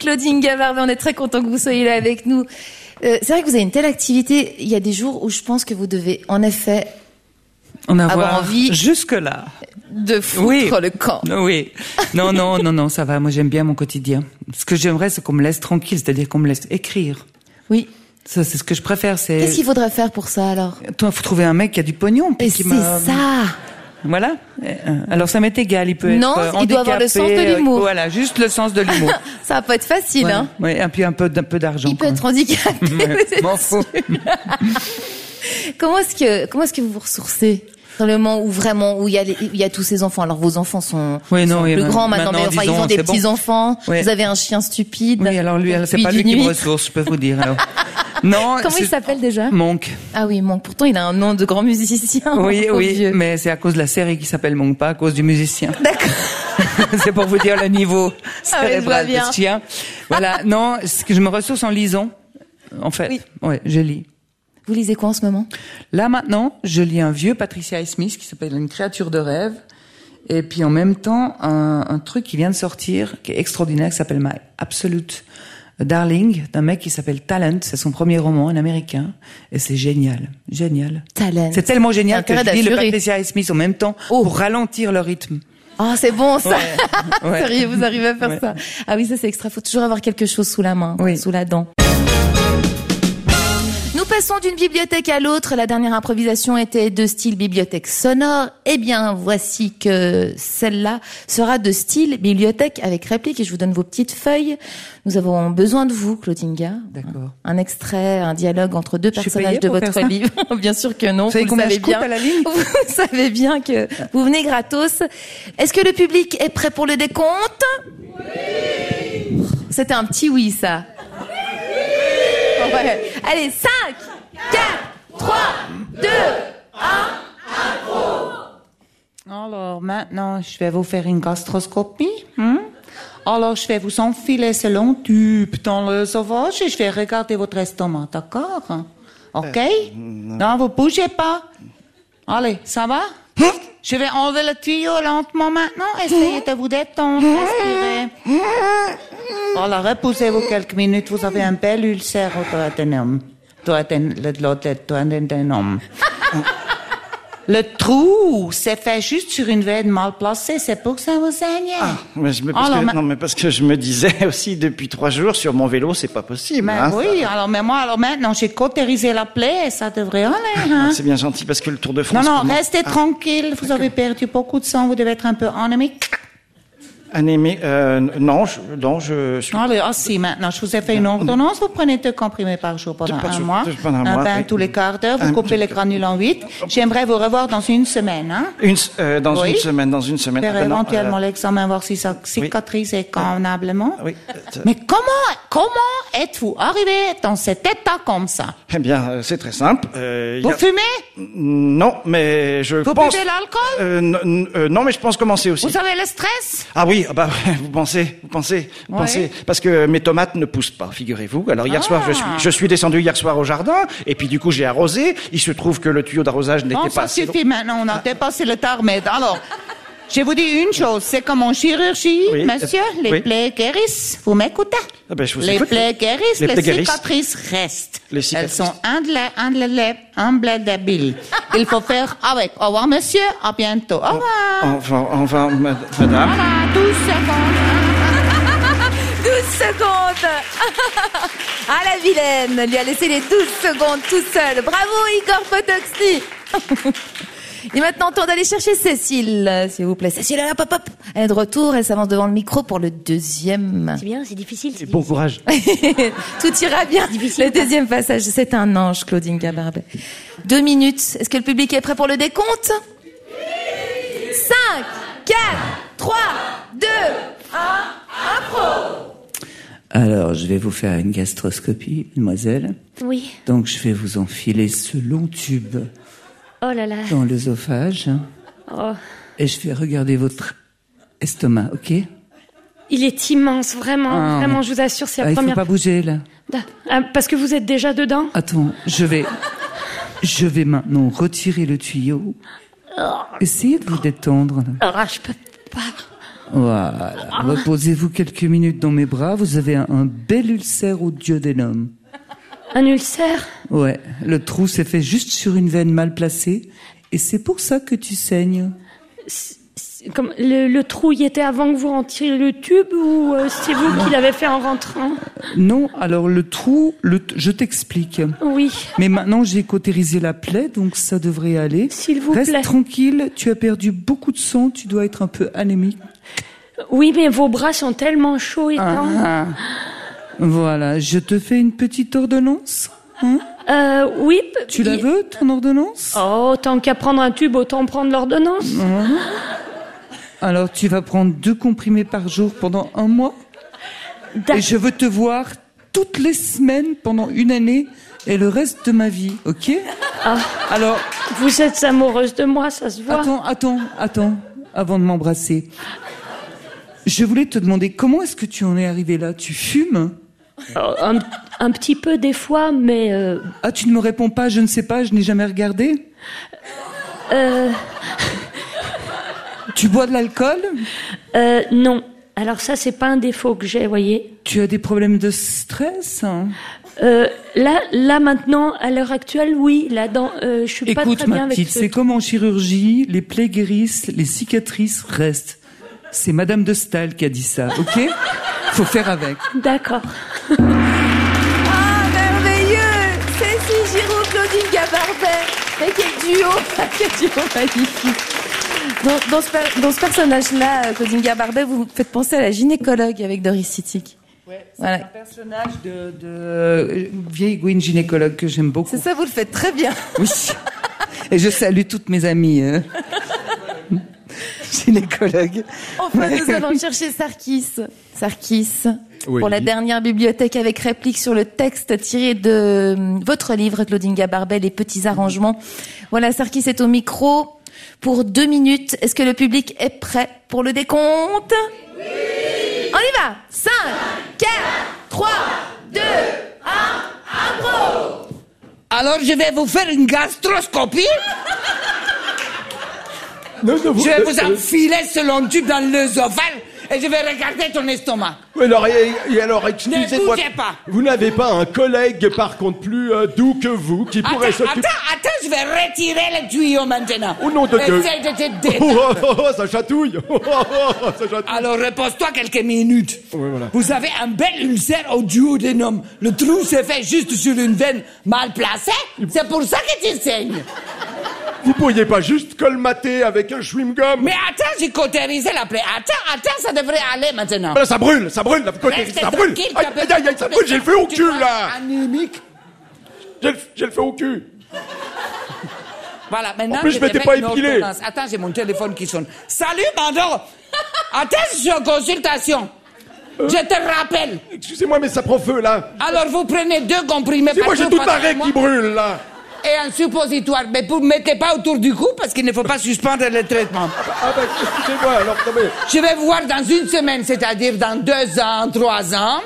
Speaker 2: Claudine Gavard, on est très content que vous soyez là avec nous. Euh, c'est vrai que vous avez une telle activité. Il y a des jours où je pense que vous devez en effet
Speaker 5: On a
Speaker 2: Avoir envie-
Speaker 5: jusque là.
Speaker 2: de foutre le camp.
Speaker 5: Oui. Non, non, non, non, ça va. Moi, j'aime bien mon quotidien. Ce que j'aimerais, c'est qu'on me laisse tranquille, c'est-à-dire qu'on me laisse écrire.
Speaker 2: Oui.
Speaker 5: Ça, c'est ce que je préfère. C'est.
Speaker 2: Qu'est-ce qu'il faudrait faire pour ça alors
Speaker 5: Toi, faut trouver un mec qui a du pognon. puis
Speaker 2: Et
Speaker 5: qui
Speaker 2: c'est
Speaker 5: m'a-
Speaker 2: ça
Speaker 5: Voilà. Euh, Alors, ça m'est égal. Il peut
Speaker 2: Non,
Speaker 5: être. euh,
Speaker 2: il doit avoir le
Speaker 5: handicapé,
Speaker 2: sens de
Speaker 5: euh,
Speaker 2: l'humour.
Speaker 5: Voilà, juste le sens de l'humour.
Speaker 2: (laughs) Ça va pas être facile,
Speaker 5: Voilà.
Speaker 2: hein
Speaker 5: Ouais, et puis un peu, d'un peu d'argent.
Speaker 2: Il peut être handicapé. (laughs) mais c'est-
Speaker 5: M'en fous.
Speaker 2: comment est-ce que comment est-ce que vous vous ressourcez dans le moment où vraiment où il y a les- où il y a tous ces enfants Alors vos enfants sont,
Speaker 5: Oui, non,
Speaker 2: sont
Speaker 5: oui,
Speaker 2: plus
Speaker 5: ma-
Speaker 2: grands maintenant,
Speaker 5: maintenant,
Speaker 2: mais enfin,
Speaker 5: disons,
Speaker 2: ils ont des
Speaker 5: c'est bon.
Speaker 2: petits enfants.
Speaker 5: Ouais.
Speaker 2: Vous avez un chien stupide.
Speaker 5: Oui, alors lui, euh, c'est
Speaker 2: Puis
Speaker 5: pas
Speaker 2: du
Speaker 5: lui qui
Speaker 2: nuit.
Speaker 5: me ressource, je peux vous dire. alors. Non.
Speaker 2: Comment il
Speaker 5: c'est-
Speaker 2: s'appelle déjà
Speaker 5: Monk.
Speaker 2: Ah oui, Monk. Pourtant, il a un nom de grand musicien.
Speaker 5: Oui,
Speaker 2: (laughs) Oh,
Speaker 5: oui,
Speaker 2: vieux.
Speaker 5: mais c'est à cause de la série qui s'appelle Monk, pas à cause du
Speaker 2: (laughs)
Speaker 5: musicien. D'accord. (laughs) c'est pour vous dire le niveau
Speaker 2: Ah oui, je vois
Speaker 5: cérébral
Speaker 2: bien.
Speaker 5: de ce chien.
Speaker 2: (laughs)
Speaker 5: Voilà, non, ce que je me ressource en lisant, en fait.
Speaker 2: Oui.
Speaker 5: Ouais, je lis.
Speaker 2: Vous lisez quoi en ce moment
Speaker 5: Là maintenant, je lis un vieux Patricia Smith qui s'appelle Une créature de rêve, et puis en même temps un, un truc qui vient de sortir, qui est extraordinaire, qui s'appelle My Absolute Darling, d'un mec qui s'appelle Talent. C'est son premier roman, un Américain, et c'est génial, génial.
Speaker 2: Talent.
Speaker 5: C'est tellement génial que
Speaker 2: Intérêt
Speaker 5: je lis le
Speaker 2: d'assurer.
Speaker 15: Oh.
Speaker 5: Patricia Smith en même temps pour ralentir le rythme.
Speaker 2: Oh, c'est bon ça. (laughs)
Speaker 15: Ouais, ouais.
Speaker 2: Sérieux, vous arrivez à faire
Speaker 15: Ouais.
Speaker 2: ça. Ah oui, ça c'est extra. Faut toujours avoir quelque chose sous la main, sous la dent. Nous passons d'une bibliothèque à l'autre. La dernière improvisation était de style bibliothèque sonore. Eh bien, voici que celle-là sera de style bibliothèque avec réplique. Et je vous donne vos petites feuilles. Nous avons besoin de vous, Claudinga.
Speaker 15: D'accord.
Speaker 2: Un extrait, un dialogue entre deux
Speaker 15: Je suis
Speaker 2: personnages
Speaker 15: payée
Speaker 2: de
Speaker 15: pour
Speaker 2: votre
Speaker 15: faire ça (laughs)
Speaker 2: livre. (laughs) bien sûr que non.
Speaker 15: Vous savez
Speaker 2: vous le
Speaker 15: combien
Speaker 2: savez
Speaker 15: je coûte
Speaker 2: bien.
Speaker 15: à la ligne
Speaker 2: (laughs) Vous savez bien que vous venez gratos. Est-ce que le public est prêt pour le décompte C'était un petit oui, ça. Ouais. Allez, 5, 4, 3, 2.
Speaker 15: Alors maintenant, je vais vous faire une gastroscopie. hein? Alors, je vais vous enfiler ce long tube dans le sauvage et je vais regarder votre estomac, d'accord OK Non, vous bougez pas. Allez, ça va Je vais enlever le tuyau lentement maintenant. Essayez de vous détendre, respirez. Alors, reposez-vous quelques minutes. Vous avez un bel ulcère autoadénome. Autoadénome. Le trou s'est fait juste sur une veine mal placée. C'est pour que ça vous saignait.
Speaker 9: Mais je me- parce
Speaker 15: Alors,
Speaker 9: que-
Speaker 15: Oh, ma-
Speaker 9: Non, mais parce que je me disais aussi depuis trois jours sur mon vélo, c'est pas possible.
Speaker 15: Mais
Speaker 9: hein, ça.
Speaker 15: Ben Bah oui, alors mais moi, alors maintenant, j'ai cautérisé la plaie et ça devrait aller. Hein?
Speaker 9: C'est bien gentil parce que le Tour de
Speaker 15: Non,
Speaker 9: France.
Speaker 15: non,
Speaker 9: commence-
Speaker 15: restez
Speaker 9: Ah,
Speaker 15: tranquille. Vous avez perdu beaucoup de sang. Vous devez être un peu anémique.
Speaker 9: Anémie, euh, non, je, non, je suis.
Speaker 15: Allez, assis ben, ah, maintenant. Je vous ai fait une ordonnance. Vous prenez deux comprimés par jour pendant
Speaker 9: Deux par
Speaker 15: un
Speaker 9: jour,
Speaker 15: mois.
Speaker 9: deux pendant un mois,
Speaker 15: bain
Speaker 9: oui.
Speaker 15: tous les quarts d'heure. Vous
Speaker 9: Un-
Speaker 15: coupez les granules en huit. J'aimerais vous revoir dans une semaine. Hein?
Speaker 9: Une, s- euh, dans
Speaker 15: Oui.
Speaker 9: une semaine, dans une semaine.
Speaker 15: Faire
Speaker 9: Ah, ben non,
Speaker 15: éventuellement
Speaker 9: euh,
Speaker 15: l'examen, voir si ça cicatrise convenablement.
Speaker 9: Oui. euh,
Speaker 15: Mais comment, comment êtes-vous arrivé dans cet état comme ça?
Speaker 9: Eh bien, euh, c'est très simple. euh, il y
Speaker 15: Vous
Speaker 9: a-
Speaker 15: fumez?
Speaker 9: Non, mais je
Speaker 15: Vous
Speaker 9: pense.
Speaker 15: buvez l'alcool
Speaker 9: Euh, n- n- euh, non, mais je pense commencer aussi.
Speaker 15: Vous avez le stress
Speaker 9: Ah oui, ah bah (laughs) vous pensez, vous pensez, vous
Speaker 15: Ouais.
Speaker 9: pensez, parce que mes tomates ne poussent pas, figurez-vous. Alors hier soir,
Speaker 15: Ah.
Speaker 9: je suis, je suis descendu hier soir au jardin, et puis du coup j'ai arrosé. Il se trouve que le tuyau d'arrosage n'était
Speaker 15: Bon,
Speaker 9: pas
Speaker 15: ça
Speaker 9: assez.
Speaker 15: suffit maintenant, on
Speaker 9: Ah.
Speaker 15: a dépassé le tarmède. Alors, je vous dis une chose, c'est comme en chirurgie,
Speaker 9: Oui,
Speaker 15: monsieur,
Speaker 9: euh,
Speaker 15: les
Speaker 9: oui.
Speaker 15: plaies guérissent. Vous m'écoutez
Speaker 9: Ah ben, je vous
Speaker 15: Les
Speaker 9: écoute.
Speaker 15: plaies guérissent,
Speaker 9: Les
Speaker 15: les,
Speaker 9: plaies guérissent.
Speaker 15: cicatrices restent.
Speaker 9: Les
Speaker 15: Elles
Speaker 9: cicatrices.
Speaker 15: sont indélébiles. Il faut faire avec. Au revoir, monsieur, à bientôt. Au revoir.
Speaker 9: Enfin, enfin, mad- madame.
Speaker 15: À 12
Speaker 2: hein.
Speaker 15: secondes.
Speaker 2: (laughs) 12 secondes (laughs) Ah la vilaine lui a laissé les 12 secondes tout seul. Bravo Igor Potoxny (laughs) Et maintenant, temps d'aller chercher Cécile, euh, s'il vous plaît. Cécile, elle, hop, hop, hop. elle est de retour, elle s'avance devant le micro pour le deuxième. (laughs)
Speaker 16: C'est bien, c'est difficile. c'est
Speaker 9: Bon courage.
Speaker 2: Tout ira bien. Le deuxième passage, c'est un ange, Claudine Gabarbet. Deux minutes. Est-ce que le public est prêt pour le décompte 5, 4, 3, 2, 1, impro
Speaker 5: Alors, je vais vous faire une gastroscopie, mademoiselle.
Speaker 16: Oui.
Speaker 5: Donc, je vais vous enfiler ce long tube
Speaker 16: Oh là là.
Speaker 5: dans l'œsophage
Speaker 16: Oh.
Speaker 5: et je vais regarder votre estomac, ok
Speaker 16: Il est immense, vraiment,
Speaker 5: Ah.
Speaker 16: vraiment, je vous assure, c'est la
Speaker 5: Ah, Il
Speaker 16: première.
Speaker 5: faut pas bouger, là.
Speaker 16: Ah, parce que vous êtes déjà dedans
Speaker 5: Attends, je vais... Je vais maintenant retirer le tuyau. Essayez de vous détendre. là.
Speaker 16: Ah, je peux pas.
Speaker 5: Voilà. Reposez-vous quelques minutes dans mes bras. Vous avez un, un bel ulcère au duodénum.
Speaker 16: Un ulcère
Speaker 5: Ouais, le trou s'est fait juste sur une veine mal placée. Et c'est pour ça que tu saignes.
Speaker 16: C'est comme le, le trou y était avant que vous rentriez le tube ou euh, c'est vous qui l'avez fait en rentrant
Speaker 5: Non, alors le trou, le t- je t'explique.
Speaker 16: Oui.
Speaker 5: Mais maintenant, j'ai cautérisé la plaie, donc ça devrait aller.
Speaker 16: S'il vous
Speaker 5: Reste
Speaker 16: plaît.
Speaker 5: tranquille, tu as perdu beaucoup de sang, tu dois être un peu anémique.
Speaker 16: Oui, mais vos bras sont tellement chauds et tendres.
Speaker 5: Ah. Voilà, je te fais une petite ordonnance. hein
Speaker 16: Euh, oui.
Speaker 5: Tu la
Speaker 16: il-
Speaker 5: veux, ton ordonnance Ah,
Speaker 16: Oh, tant qu'à prendre un tube, autant prendre l'ordonnance.
Speaker 5: hein. Alors, tu vas prendre deux comprimés par jour pendant un mois. Et je veux te voir toutes les semaines pendant une année et le reste de ma vie, ok Alors.
Speaker 16: Ah. Vous êtes amoureuse de moi, ça se voit.
Speaker 5: Attends, attends, attends, avant de m'embrasser. Je voulais te demander comment est-ce que tu en es arrivé là Tu fumes
Speaker 16: Oh, un, un petit peu des fois, mais. euh,
Speaker 5: Ah, tu ne me réponds pas, je ne sais pas, je n'ai jamais regardé
Speaker 16: euh,
Speaker 5: Tu bois de l'alcool
Speaker 16: euh, non. Alors ça, c'est pas un défaut que j'ai, voyez.
Speaker 5: Tu as des problèmes de stress hein
Speaker 16: Euh, là, là maintenant, à l'heure actuelle, oui. Là, dans, euh, je suis pas
Speaker 5: Écoute,
Speaker 16: très bien
Speaker 5: ma
Speaker 16: avec
Speaker 5: petite,
Speaker 16: ce
Speaker 5: c'est comme en chirurgie, les plaies guérissent, les cicatrices restent.
Speaker 15: C'est Madame de Stahl qui a dit ça,
Speaker 2: (laughs)
Speaker 15: ok Faut faire avec.
Speaker 13: D'accord.
Speaker 2: Ah, merveilleux Cécile Giraud, Claudine Gabarbet. Mais quel duo (laughs) Quel duo magnifique dans, dans ce, per- dans ce personnage-là, euh, Claudine Gabarbet, vous faites penser à la gynécologue avec Doris Sittig. Voilà.
Speaker 5: C'est un personnage de, de euh, vieille Gwyn gynécologue que j'aime beaucoup.
Speaker 2: C'est ça, vous le faites très bien.
Speaker 5: (laughs) Oui.
Speaker 15: Et je salue toutes mes amies
Speaker 5: hein.
Speaker 15: euh, gynécologues.
Speaker 2: Enfin, nous
Speaker 15: Ouais.
Speaker 2: allons chercher Sarkis. Sarkis.
Speaker 15: Oui.
Speaker 2: Pour la dernière bibliothèque avec réplique sur le texte tiré de euh, votre livre, Claudine Gabarbet, Les petits arrangements. Voilà, Sarkis est au micro pour deux minutes. Est-ce que le public est prêt pour le décompte Oui On y va 5, 4, 3, 2,
Speaker 8: Alors je vais vous faire une gastroscopie. je
Speaker 14: Euh,
Speaker 8: vais vous enfiler ce long tube dans l'œsophage et je vais regarder ton estomac.
Speaker 14: Oui, alors, et- et alors,
Speaker 8: Ne
Speaker 14: excusez-moi.
Speaker 8: bougez pas.
Speaker 14: Vous n'avez pas un collègue, par contre, plus euh, doux que vous, qui
Speaker 8: Attends,
Speaker 14: pourrait s'occuper.
Speaker 8: attends, attends, je vais retirer le tuyau maintenant.
Speaker 14: Oh non, de Dieu.
Speaker 8: Essaye de te
Speaker 14: (laughs) Oh, oh,
Speaker 8: détendre.
Speaker 14: oh, oh, ça chatouille. (laughs) Oh, oh, oh, ça chatouille.
Speaker 8: Alors repose-toi quelques minutes. Vous avez un bel ulcère au duodénum. Le trou s'est fait juste sur une veine mal placée. C'est pour ça que tu saignes.
Speaker 14: Vous pourriez pas juste colmater avec un chewing-gum
Speaker 8: Mais attends, j'ai cautérisé la plaie. Attends, attends, ça devrait aller maintenant.
Speaker 14: Ah, là, ça brûle, ça brûle, la côté,
Speaker 8: Reste
Speaker 14: ça brûle.
Speaker 8: tranquille,
Speaker 14: Aïe,
Speaker 8: t'as
Speaker 14: aïe, aïe, aïe, ça brûle, j'ai le feu au
Speaker 8: Tu
Speaker 14: cul,
Speaker 8: vois,
Speaker 14: là.
Speaker 8: Anémique.
Speaker 14: J'ai le, j'ai le feu au cul.
Speaker 8: Voilà, maintenant.
Speaker 14: En plus, je
Speaker 8: vais
Speaker 14: m'étais
Speaker 8: te
Speaker 14: pas
Speaker 8: mettre une
Speaker 14: épilé.
Speaker 8: ordonnance. Attends, j'ai mon téléphone qui sonne. Salut, Bando. Attends, je suis en consultation. Je te rappelle.
Speaker 14: Euh. Excusez-moi, mais ça prend feu, là.
Speaker 8: Alors, vous prenez deux comprimés
Speaker 14: C'est
Speaker 8: par
Speaker 14: moi, j'ai
Speaker 8: jour
Speaker 14: toute
Speaker 8: pendant
Speaker 14: ma
Speaker 8: un
Speaker 14: règle
Speaker 8: mois
Speaker 14: qui brûle, là.
Speaker 8: Et un suppositoire. Mais vous ne mettez pas autour du cou parce qu'il ne faut pas suspendre le traitement.
Speaker 14: Ah, bah, excusez-moi, alors, non, mais...
Speaker 8: Je vais vous voir dans une semaine, c'est-à-dire dans deux ans, trois ans.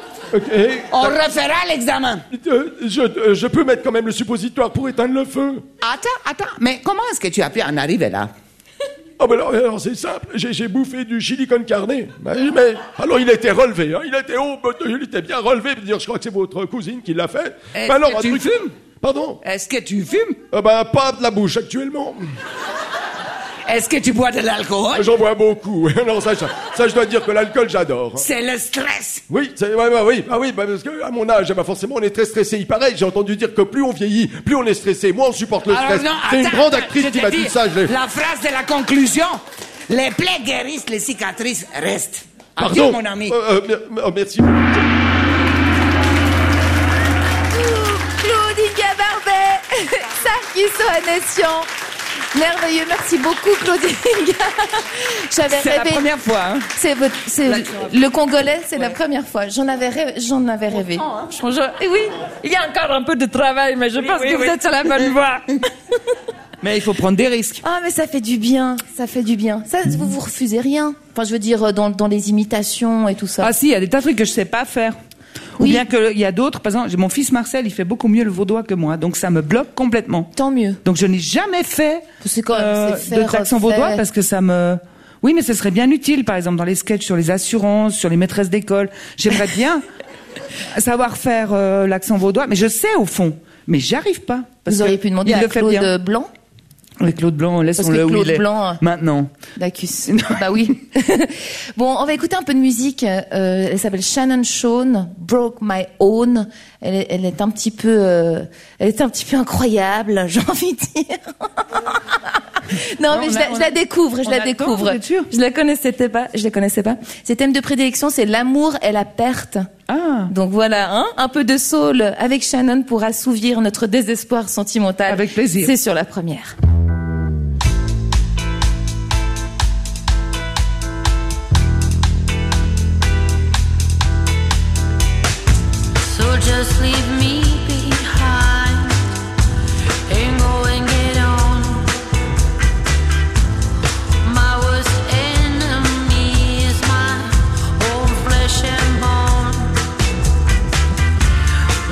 Speaker 8: On refera l'examen.
Speaker 14: Euh, je, euh, je peux mettre quand même le suppositoire pour éteindre le feu.
Speaker 8: Attends, attends, mais comment est-ce que tu as pu en arriver là
Speaker 14: Ah ben alors, alors, c'est simple, j'ai, j'ai bouffé du chili con carne. Mais, mais- alors il était relevé, hein, il était haut, mais il était bien relevé. Je veux dire, je crois que c'est votre cousine qui l'a fait.
Speaker 8: Est-ce
Speaker 14: Mais alors,
Speaker 8: que
Speaker 14: un
Speaker 8: tu
Speaker 14: truc-
Speaker 8: fumes
Speaker 14: Pardon
Speaker 8: Est-ce que tu fumes
Speaker 14: Ah ben pas de la bouche actuellement.
Speaker 8: Est-ce que tu bois de l'alcool
Speaker 14: J'en bois beaucoup. (laughs) non, ça, ça, ça, je dois dire que l'alcool, j'adore. hein.
Speaker 8: C'est le stress.
Speaker 14: Oui, c'est, ouais, ouais, oui, ah oui, bah, parce que à mon âge, bah, forcément, on est très stressé. Il paraît, j'ai entendu dire que plus on vieillit, plus on est stressé. Moi, on supporte le stress. c'est une
Speaker 8: attends,
Speaker 14: grande
Speaker 8: attends,
Speaker 14: actrice
Speaker 8: je
Speaker 14: qui
Speaker 8: te
Speaker 14: m'a
Speaker 8: dis,
Speaker 14: dit ça. je l'ai-
Speaker 8: La phrase de la conclusion les plaies guérissent, les cicatrices restent.
Speaker 14: Pardon.
Speaker 8: Adieu, mon ami.
Speaker 14: Euh, euh, mer- oh, merci. (laughs)
Speaker 2: Claudine Gabarbet, (laughs) Sarkis Ohanessian. Merveilleux, merci beaucoup Claudine. (laughs) J'avais
Speaker 8: C'est la
Speaker 2: rêvé.
Speaker 8: première fois, hein.
Speaker 2: C'est votre- c'est
Speaker 8: Là,
Speaker 2: le Congolais, c'est la première fois. J'en avais rêvé. J'en avais rêvé.
Speaker 17: Et oui, il y a encore un peu de travail, mais je pense
Speaker 2: oui,
Speaker 17: que
Speaker 2: oui.
Speaker 17: vous êtes sur la bonne voie.
Speaker 15: Mais il faut prendre des risques.
Speaker 2: Ah mais ça fait du bien, ça fait du bien. Ça vous vous refusez rien. Enfin je veux dire euh, dans, dans les imitations et tout ça.
Speaker 5: Ah si, il y a des tas de trucs que je sais pas faire. Ou bien qu'il y a d'autres, par exemple, j'ai mon fils Marcel, il fait beaucoup mieux le vaudois que moi, donc ça me bloque complètement.
Speaker 2: Tant mieux.
Speaker 5: Donc je n'ai jamais fait euh,
Speaker 2: c'est faire,
Speaker 5: de l'accent
Speaker 2: euh,
Speaker 5: vaudois
Speaker 2: faire.
Speaker 5: parce que ça me... Oui, mais ce serait bien utile, par exemple, dans les sketchs sur les assurances, sur les maîtresses d'école.
Speaker 2: (laughs)
Speaker 5: J'aimerais bien savoir faire euh, l'accent vaudois, mais je sais au fond, mais j'arrive pas.
Speaker 2: Vous auriez pu demander
Speaker 5: il
Speaker 2: à
Speaker 5: le fait
Speaker 2: Claude
Speaker 5: bien.
Speaker 2: Blanc.
Speaker 5: Avec Claude Blanc, laissons-le
Speaker 2: Parce que
Speaker 5: où il
Speaker 2: Claude
Speaker 5: est.
Speaker 2: Blanc, euh,
Speaker 5: Maintenant.
Speaker 2: Dacus. bah oui. (laughs) bon, on va écouter un peu de musique. Euh, elle s'appelle Shannon Shawn, Broke My Own. Elle, est- elle est un petit peu, euh, elle est un petit peu incroyable, (laughs) j'ai envie de dire. non,
Speaker 17: Non,
Speaker 2: mais
Speaker 17: on
Speaker 2: je,
Speaker 17: a-
Speaker 2: la, je
Speaker 17: on
Speaker 2: la
Speaker 17: a-
Speaker 2: découvre, je
Speaker 17: on
Speaker 2: la
Speaker 17: a le temps,
Speaker 2: découvre.
Speaker 17: vous êtes sûr
Speaker 2: Je la connaissais pas, je la connaissais pas. Ses thèmes de prédilection, c'est l'amour et la perte.
Speaker 17: Ah.
Speaker 2: Donc voilà, hein, un peu de soul avec Shannon pour assouvir notre désespoir sentimental. Avec plaisir. C'est sur la première.
Speaker 18: So just leave me behind and go and get on. My worst enemy is my own flesh and bone.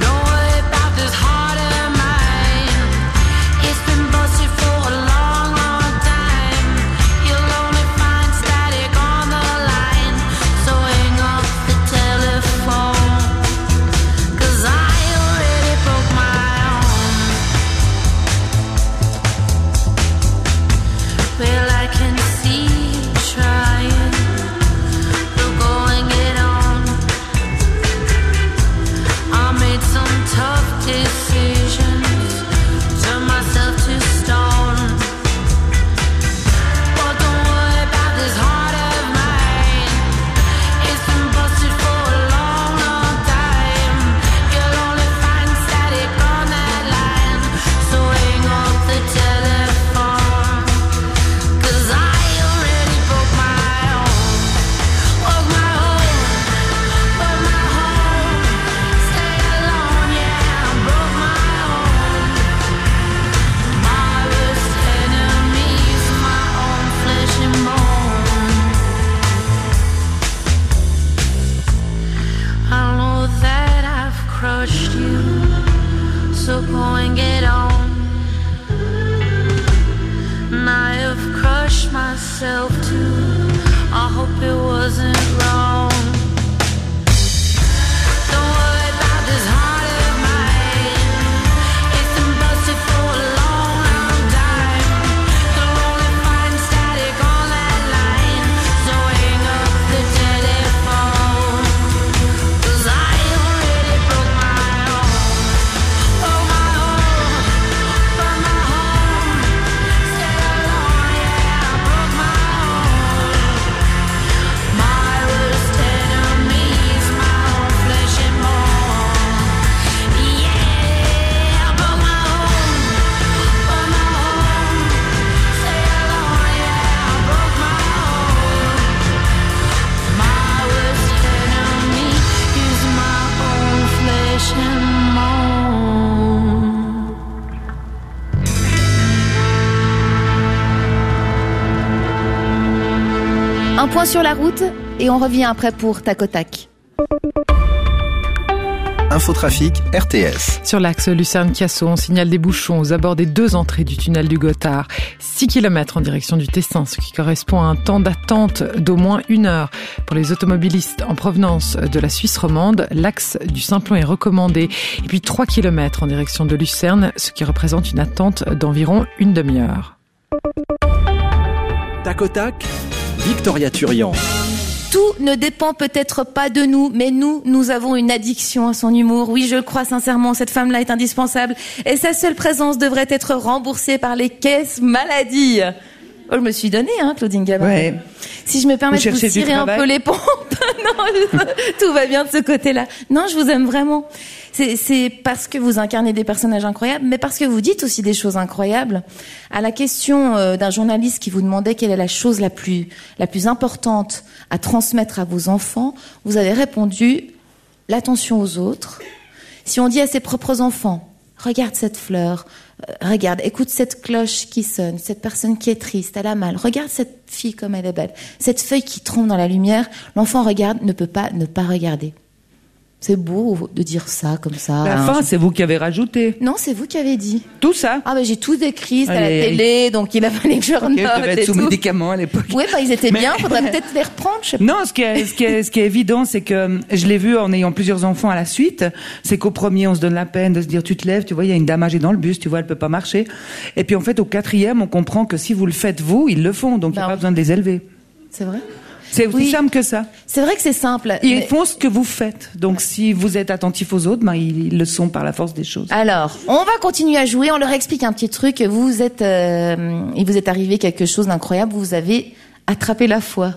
Speaker 18: Don't worry about this heart of mine. It's been busted for a long, long time. You'll only find static on the line. So hang up the telephone. Cause I already
Speaker 19: decisions, turn myself to stone. But don't worry about this heart of mine. It's been busted for a long, long time. You'll only find static on that line. So hang up the telephone. 'Cause I already broke my own. Broke my own. Broke my own. Stay alone, yeah. I broke my own. My worst enemy's my own flesh and bone. I know that I've crushed you, so go and get on. And I have crushed myself too. I hope it wasn't wrong. Don't worry about this heart of mine. It's been busted for a long, long time. You'll only find static on that line. So hang up the telephone. 'Cause I already broke my own. Oh, my own. Broke my own. Stay alone, yeah. I broke my own. My worst enemy's my own flesh and bone. Yeah, I broke my own. Broke my own. Stay alone, yeah. I broke my own. My worst enemy is my own flesh and bone.
Speaker 2: Un point sur la route et on revient après pour tac au tac.
Speaker 4: Infotrafic RTS.
Speaker 20: Sur l'axe Lucerne-Casso, on signale des bouchons aux abords des deux entrées du tunnel du Gothard. 6 km en direction du Tessin, ce qui correspond à un temps d'attente d'au moins une heure. Pour les automobilistes en provenance de la Suisse romande, l'axe du Simplon est recommandé. Et puis 3 km en direction de Lucerne, ce qui représente une attente d'environ une demi-heure.
Speaker 21: Tac au tac, Victoria Turian.
Speaker 2: Tout ne dépend peut-être pas de nous, mais nous, nous avons une addiction à son humour. Oui, je le crois sincèrement, cette femme-là est indispensable et sa seule présence devrait être remboursée par les caisses maladie. Oh, je me suis donné, hein, Claudine Gabin.
Speaker 5: Ouais.
Speaker 2: Si je me permets
Speaker 5: Vous
Speaker 2: de vous
Speaker 5: cherchez du
Speaker 2: tirer un
Speaker 5: travail
Speaker 2: peu les pompes, (laughs) non, je- tout va bien de ce côté-là. Non, je vous aime vraiment. C'est- C'est parce que vous incarnez des personnages incroyables, mais parce que vous dites aussi des choses incroyables. À la question euh, d'un journaliste qui vous demandait quelle est la chose la plus, la plus importante à transmettre à vos enfants, vous avez répondu l'attention aux autres. Si on dit à ses propres enfants, regarde cette fleur, euh, regarde, écoute cette cloche qui sonne, cette personne qui est triste, elle a mal, regarde cette fille comme elle est belle, cette feuille qui trompe dans la lumière, l'enfant regarde, ne peut pas ne pas regarder. C'est beau de dire ça comme ça.
Speaker 5: La
Speaker 2: hein.
Speaker 5: fin, c'est vous qui avez rajouté.
Speaker 2: Non, c'est vous qui avez dit.
Speaker 5: Tout ça
Speaker 2: Ah ben j'ai tout décrit, c'est à la
Speaker 5: Allez, allez.
Speaker 2: télé, donc il a fallu que je
Speaker 5: Ok,
Speaker 2: renote
Speaker 5: je devais
Speaker 2: et
Speaker 5: être sous
Speaker 2: tout.
Speaker 5: médicaments à l'époque.
Speaker 2: Ouais, bah, ils étaient
Speaker 5: Mais-
Speaker 2: bien, faudrait peut-être les reprendre, je sais pas.
Speaker 5: Non, ce qui est, ce qui est- ce qui est évident, c'est que euh, je l'ai vu en ayant plusieurs enfants à la suite. C'est qu'au premier, on se donne la peine de se dire, tu te lèves, tu vois, il y a une dame âgée dans le bus, tu vois, elle peut pas marcher. Et puis en fait, au quatrième, on comprend que si vous le faites vous, ils le font, donc il
Speaker 2: Bah
Speaker 5: n'y a pas besoin de les élever.
Speaker 2: C'est vrai.
Speaker 5: C'est aussi simple que ça.
Speaker 2: C'est vrai que c'est simple.
Speaker 5: Ils
Speaker 2: Euh, mais-
Speaker 5: font ce que vous faites. Donc si vous êtes attentif aux autres, ben, ils, ils le sont par la force des choses.
Speaker 2: Alors, on va continuer à jouer. On leur explique un petit truc. Vous êtes, euh, il vous est arrivé quelque chose d'incroyable. Vous avez attrapé la foi.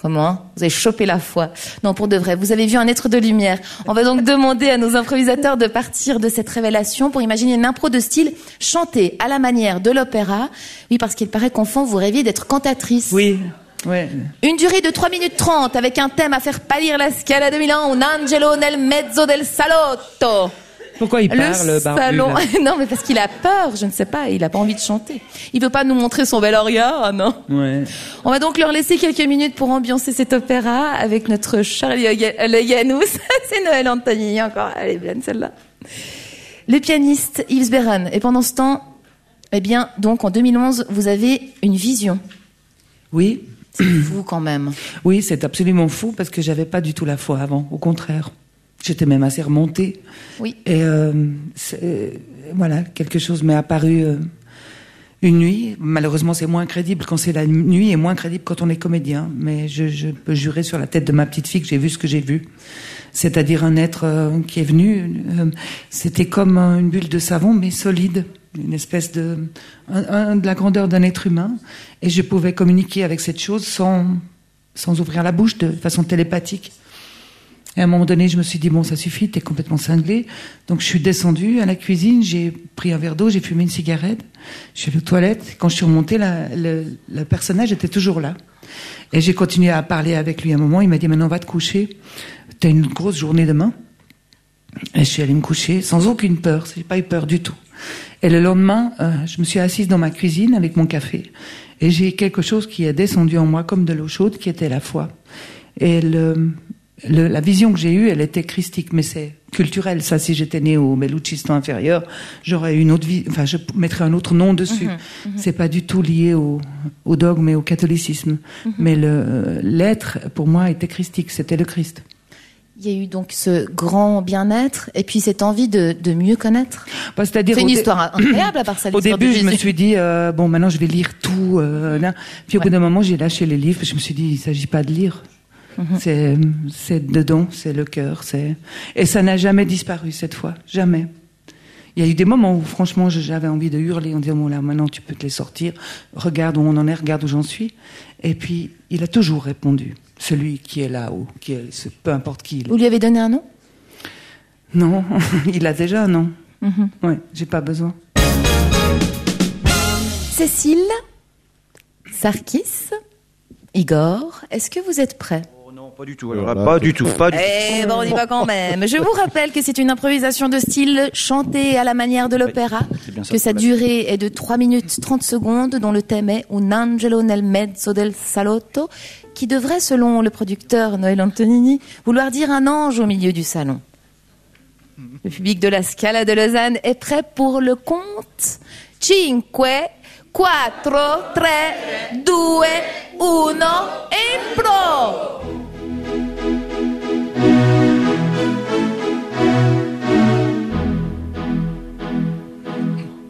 Speaker 2: Comment hein Vous avez chopé la foi. Non, pour de vrai. Vous avez vu un être de lumière. On va donc demander à nos improvisateurs de partir de cette révélation pour imaginer une impro de style chantée à la manière de l'opéra. Oui, parce qu'il paraît qu'enfant, vous rêviez d'être cantatrice.
Speaker 5: Oui.
Speaker 2: Ah.
Speaker 5: Ouais.
Speaker 2: Une durée de 3 minutes 30 avec un thème à faire pâlir la Scala de Milan, un angelo nel mezzo del salotto.
Speaker 5: Pourquoi il parle,
Speaker 2: Le
Speaker 5: le barbu,
Speaker 2: salon. (laughs)
Speaker 5: là
Speaker 2: non, mais parce qu'il a peur, je ne sais pas, il a pas envie de chanter. Il veut pas nous montrer son bel orga, non.
Speaker 5: Ouais.
Speaker 2: On va donc leur laisser quelques minutes pour ambiancer cet opéra avec notre Charlie Oga- Le Yanous. (laughs) C'est Noël Anthony encore. Elle est bien celle-là. Le pianiste Yves Beran. Et pendant ce temps, eh bien, donc en 2011, vous avez une vision.
Speaker 5: Oui.
Speaker 2: C'est (coughs) fou quand même.
Speaker 5: Oui, c'est absolument fou parce que j'avais pas du tout la foi avant. Au contraire, j'étais même assez remontée.
Speaker 2: Oui.
Speaker 5: Et euh, c'est- euh, voilà, quelque chose m'est apparu euh, une nuit. Malheureusement, c'est moins crédible quand c'est la nuit et moins crédible quand on est comédien. Mais je, je peux jurer sur la tête de ma petite fille que j'ai vu ce que j'ai vu. C'est-à-dire un être euh, qui est venu. euh, C'était comme euh, une bulle de savon, mais solide. Une espèce de. un- un- de la grandeur d'un être humain. Et je pouvais communiquer avec cette chose sans, sans ouvrir la bouche, de façon télépathique. Et à un moment donné, je me suis dit, bon, ça suffit, t'es complètement cinglé. Donc, je suis descendue à la cuisine, j'ai pris un verre d'eau, j'ai fumé une cigarette, je suis allée aux toilettes. Quand je suis remontée, la- le, le personnage était toujours là. Et j'ai continué à parler avec lui un moment. Il m'a dit, maintenant, va te coucher. T'as une grosse journée demain. Et je suis allée me coucher sans aucune peur. J'ai pas eu peur du tout. Et le lendemain, euh, je me suis assise dans ma cuisine avec mon café. Et j'ai quelque chose qui est descendu en moi comme de l'eau chaude, qui était la foi. Et le, le- la vision que j'ai eue, elle était christique, mais c'est culturel. Ça, si j'étais née au Beloutchistan inférieur, j'aurais une autre vie. Enfin, je mettrais un autre nom dessus.
Speaker 18: Mhm, mhm.
Speaker 5: C'est pas du tout lié au, au dogme et au catholicisme.
Speaker 2: Mhm.
Speaker 5: Mais le- euh, l'être, pour moi, était christique. C'était le Christ.
Speaker 2: Il y a eu donc ce grand bien-être et puis cette envie de, de mieux connaître.
Speaker 5: Bah, c'est-à-dire
Speaker 2: une
Speaker 5: au dé- (clears throat)
Speaker 2: histoire incroyable à part ça.
Speaker 5: Au
Speaker 2: l'histoire
Speaker 5: début,
Speaker 2: de
Speaker 5: je me
Speaker 2: Jésus.
Speaker 5: suis dit euh, bon, maintenant je vais lire tout. euh, là. Puis au bout d'un moment, j'ai lâché les livres. parce que Je me suis dit, il s'agit pas de lire. C'est c'est dedans, c'est le cœur, c'est et ça n'a jamais disparu cette fois, jamais. Il y a eu des moments où franchement je- j'avais envie de hurler en disant bon là maintenant tu peux te les sortir, regarde où on en est, regarde où j'en suis. Et puis il a toujours répondu, celui qui est là-haut, qui est ce- peu importe qui il est.
Speaker 2: Vous lui avez donné un nom
Speaker 5: Non, (laughs) il a déjà un nom.
Speaker 2: Mhm.
Speaker 5: Ouais, j'ai pas besoin.
Speaker 2: Cécile, Sarkis, Igor, est-ce que vous êtes prêts
Speaker 10: Pas du tout, alors là, pas du tout, pas du tout.
Speaker 2: Eh ben on y va quand même. Je vous rappelle que c'est une improvisation de style chantée à la manière de l'opéra,
Speaker 10: c'est bien ça
Speaker 2: que
Speaker 10: le
Speaker 2: sa
Speaker 10: problème.
Speaker 2: durée est de 3 minutes 30 secondes, dont le thème est Un angelo nel mezzo del salotto, qui devrait, selon le producteur Noël Antonini, vouloir dire un ange au milieu du salon.
Speaker 10: Hmm.
Speaker 2: Le public de la Scala de Lausanne est prêt pour le compte 5, 4, 3, 2, 1, impro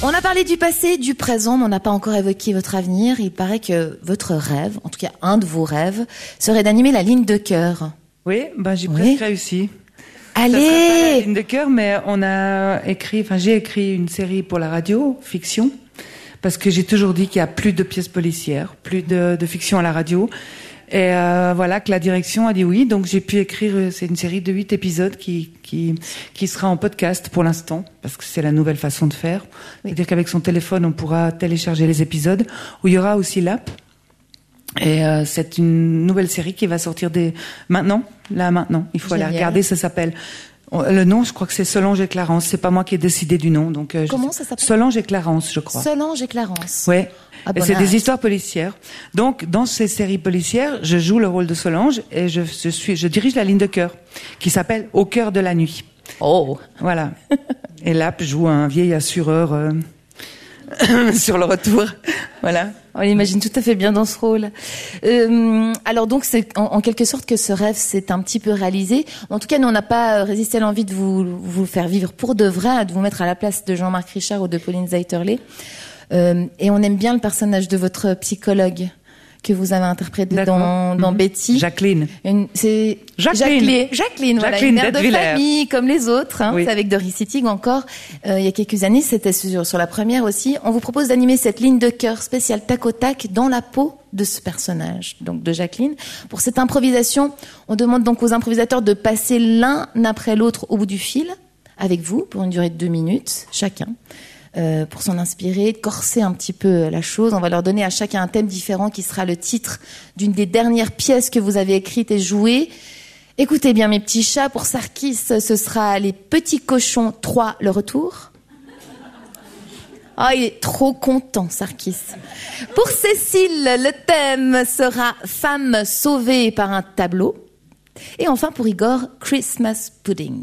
Speaker 2: On a parlé du passé, du présent, mais on n'a pas encore évoqué votre avenir. Il paraît que votre rêve, en tout cas un de vos rêves, serait d'animer la ligne de cœur.
Speaker 5: Oui, ben j'ai presque réussi.
Speaker 2: Allez
Speaker 5: la ligne de cœur, mais on a écrit, enfin j'ai écrit une série pour la radio, fiction, parce que j'ai toujours dit qu'il y a plus de pièces policières, plus de, de fiction à la radio. Et euh, voilà que la direction a dit oui, donc j'ai pu écrire. euh, C'est une série de huit épisodes qui qui qui sera en podcast pour l'instant parce que c'est la nouvelle façon de faire. C'est-à-dire qu'avec son téléphone, on pourra télécharger les épisodes où il y aura aussi l'app. Et euh, c'est une nouvelle série qui va sortir des maintenant, là maintenant. Il faut
Speaker 2: Génial.
Speaker 5: aller regarder. Ça s'appelle on- le nom. Je crois que c'est Solange et Clarence. C'est pas moi qui ai décidé du nom. Donc euh, je
Speaker 2: Comment
Speaker 5: sais-
Speaker 2: ça s'appelle
Speaker 5: Solange et Clarence, je crois.
Speaker 2: Solange et Clarence.
Speaker 5: Ouais.
Speaker 2: Ah,
Speaker 5: et
Speaker 2: bon,
Speaker 5: c'est
Speaker 2: là,
Speaker 5: des histoires policières. Donc, dans ces séries policières, je joue le rôle de Solange et je, je suis, je dirige la ligne de cœur qui s'appelle Au cœur de la nuit.
Speaker 2: Oh. (laughs)
Speaker 5: Voilà. et là, je joue un vieil assureur euh, (laughs) sur le retour. Voilà.
Speaker 2: On l'imagine tout à fait bien dans ce rôle. Euh, alors donc c'est en, en quelque sorte que ce rêve s'est un petit peu réalisé. En tout cas, nous on n'a pas euh, résisté à l'envie de vous, vous faire vivre pour de vrai, hein, de vous mettre à la place de Jean-Marc Richard ou de Pauline Zeiterle. Euh, et on aime bien le personnage de votre psychologue que vous avez interprété dans, dans Betty.
Speaker 5: Jacqueline.
Speaker 2: C'est
Speaker 5: Mhm. Jacqueline.
Speaker 2: Jacqueline, Jacqueline, voilà,
Speaker 5: Jacqueline
Speaker 2: une mère de
Speaker 5: Detwiller.
Speaker 2: famille comme les autres. hein.
Speaker 5: Oui.
Speaker 2: C'est avec Doris Sittig encore. Euh, il y a quelques années, c'était sur, sur la première aussi. On vous propose d'animer cette ligne de cœur spéciale tac au tac dans la peau de ce personnage, donc de Jacqueline. Pour cette improvisation, on demande donc aux improvisateurs de passer l'un après l'autre au bout du fil avec vous pour une durée de deux minutes chacun. euh, pour s'en inspirer, corser un petit peu la chose. On va leur donner à chacun un thème différent qui sera le titre d'une des dernières pièces que vous avez écrites et jouées. Écoutez bien mes petits chats, pour Sarkis, ce sera Les Petits Cochons 3, le retour. Ah, il est trop content, Sarkis. Pour Cécile, le thème sera Femme sauvée par un tableau. Et enfin pour Igor, Christmas Pudding.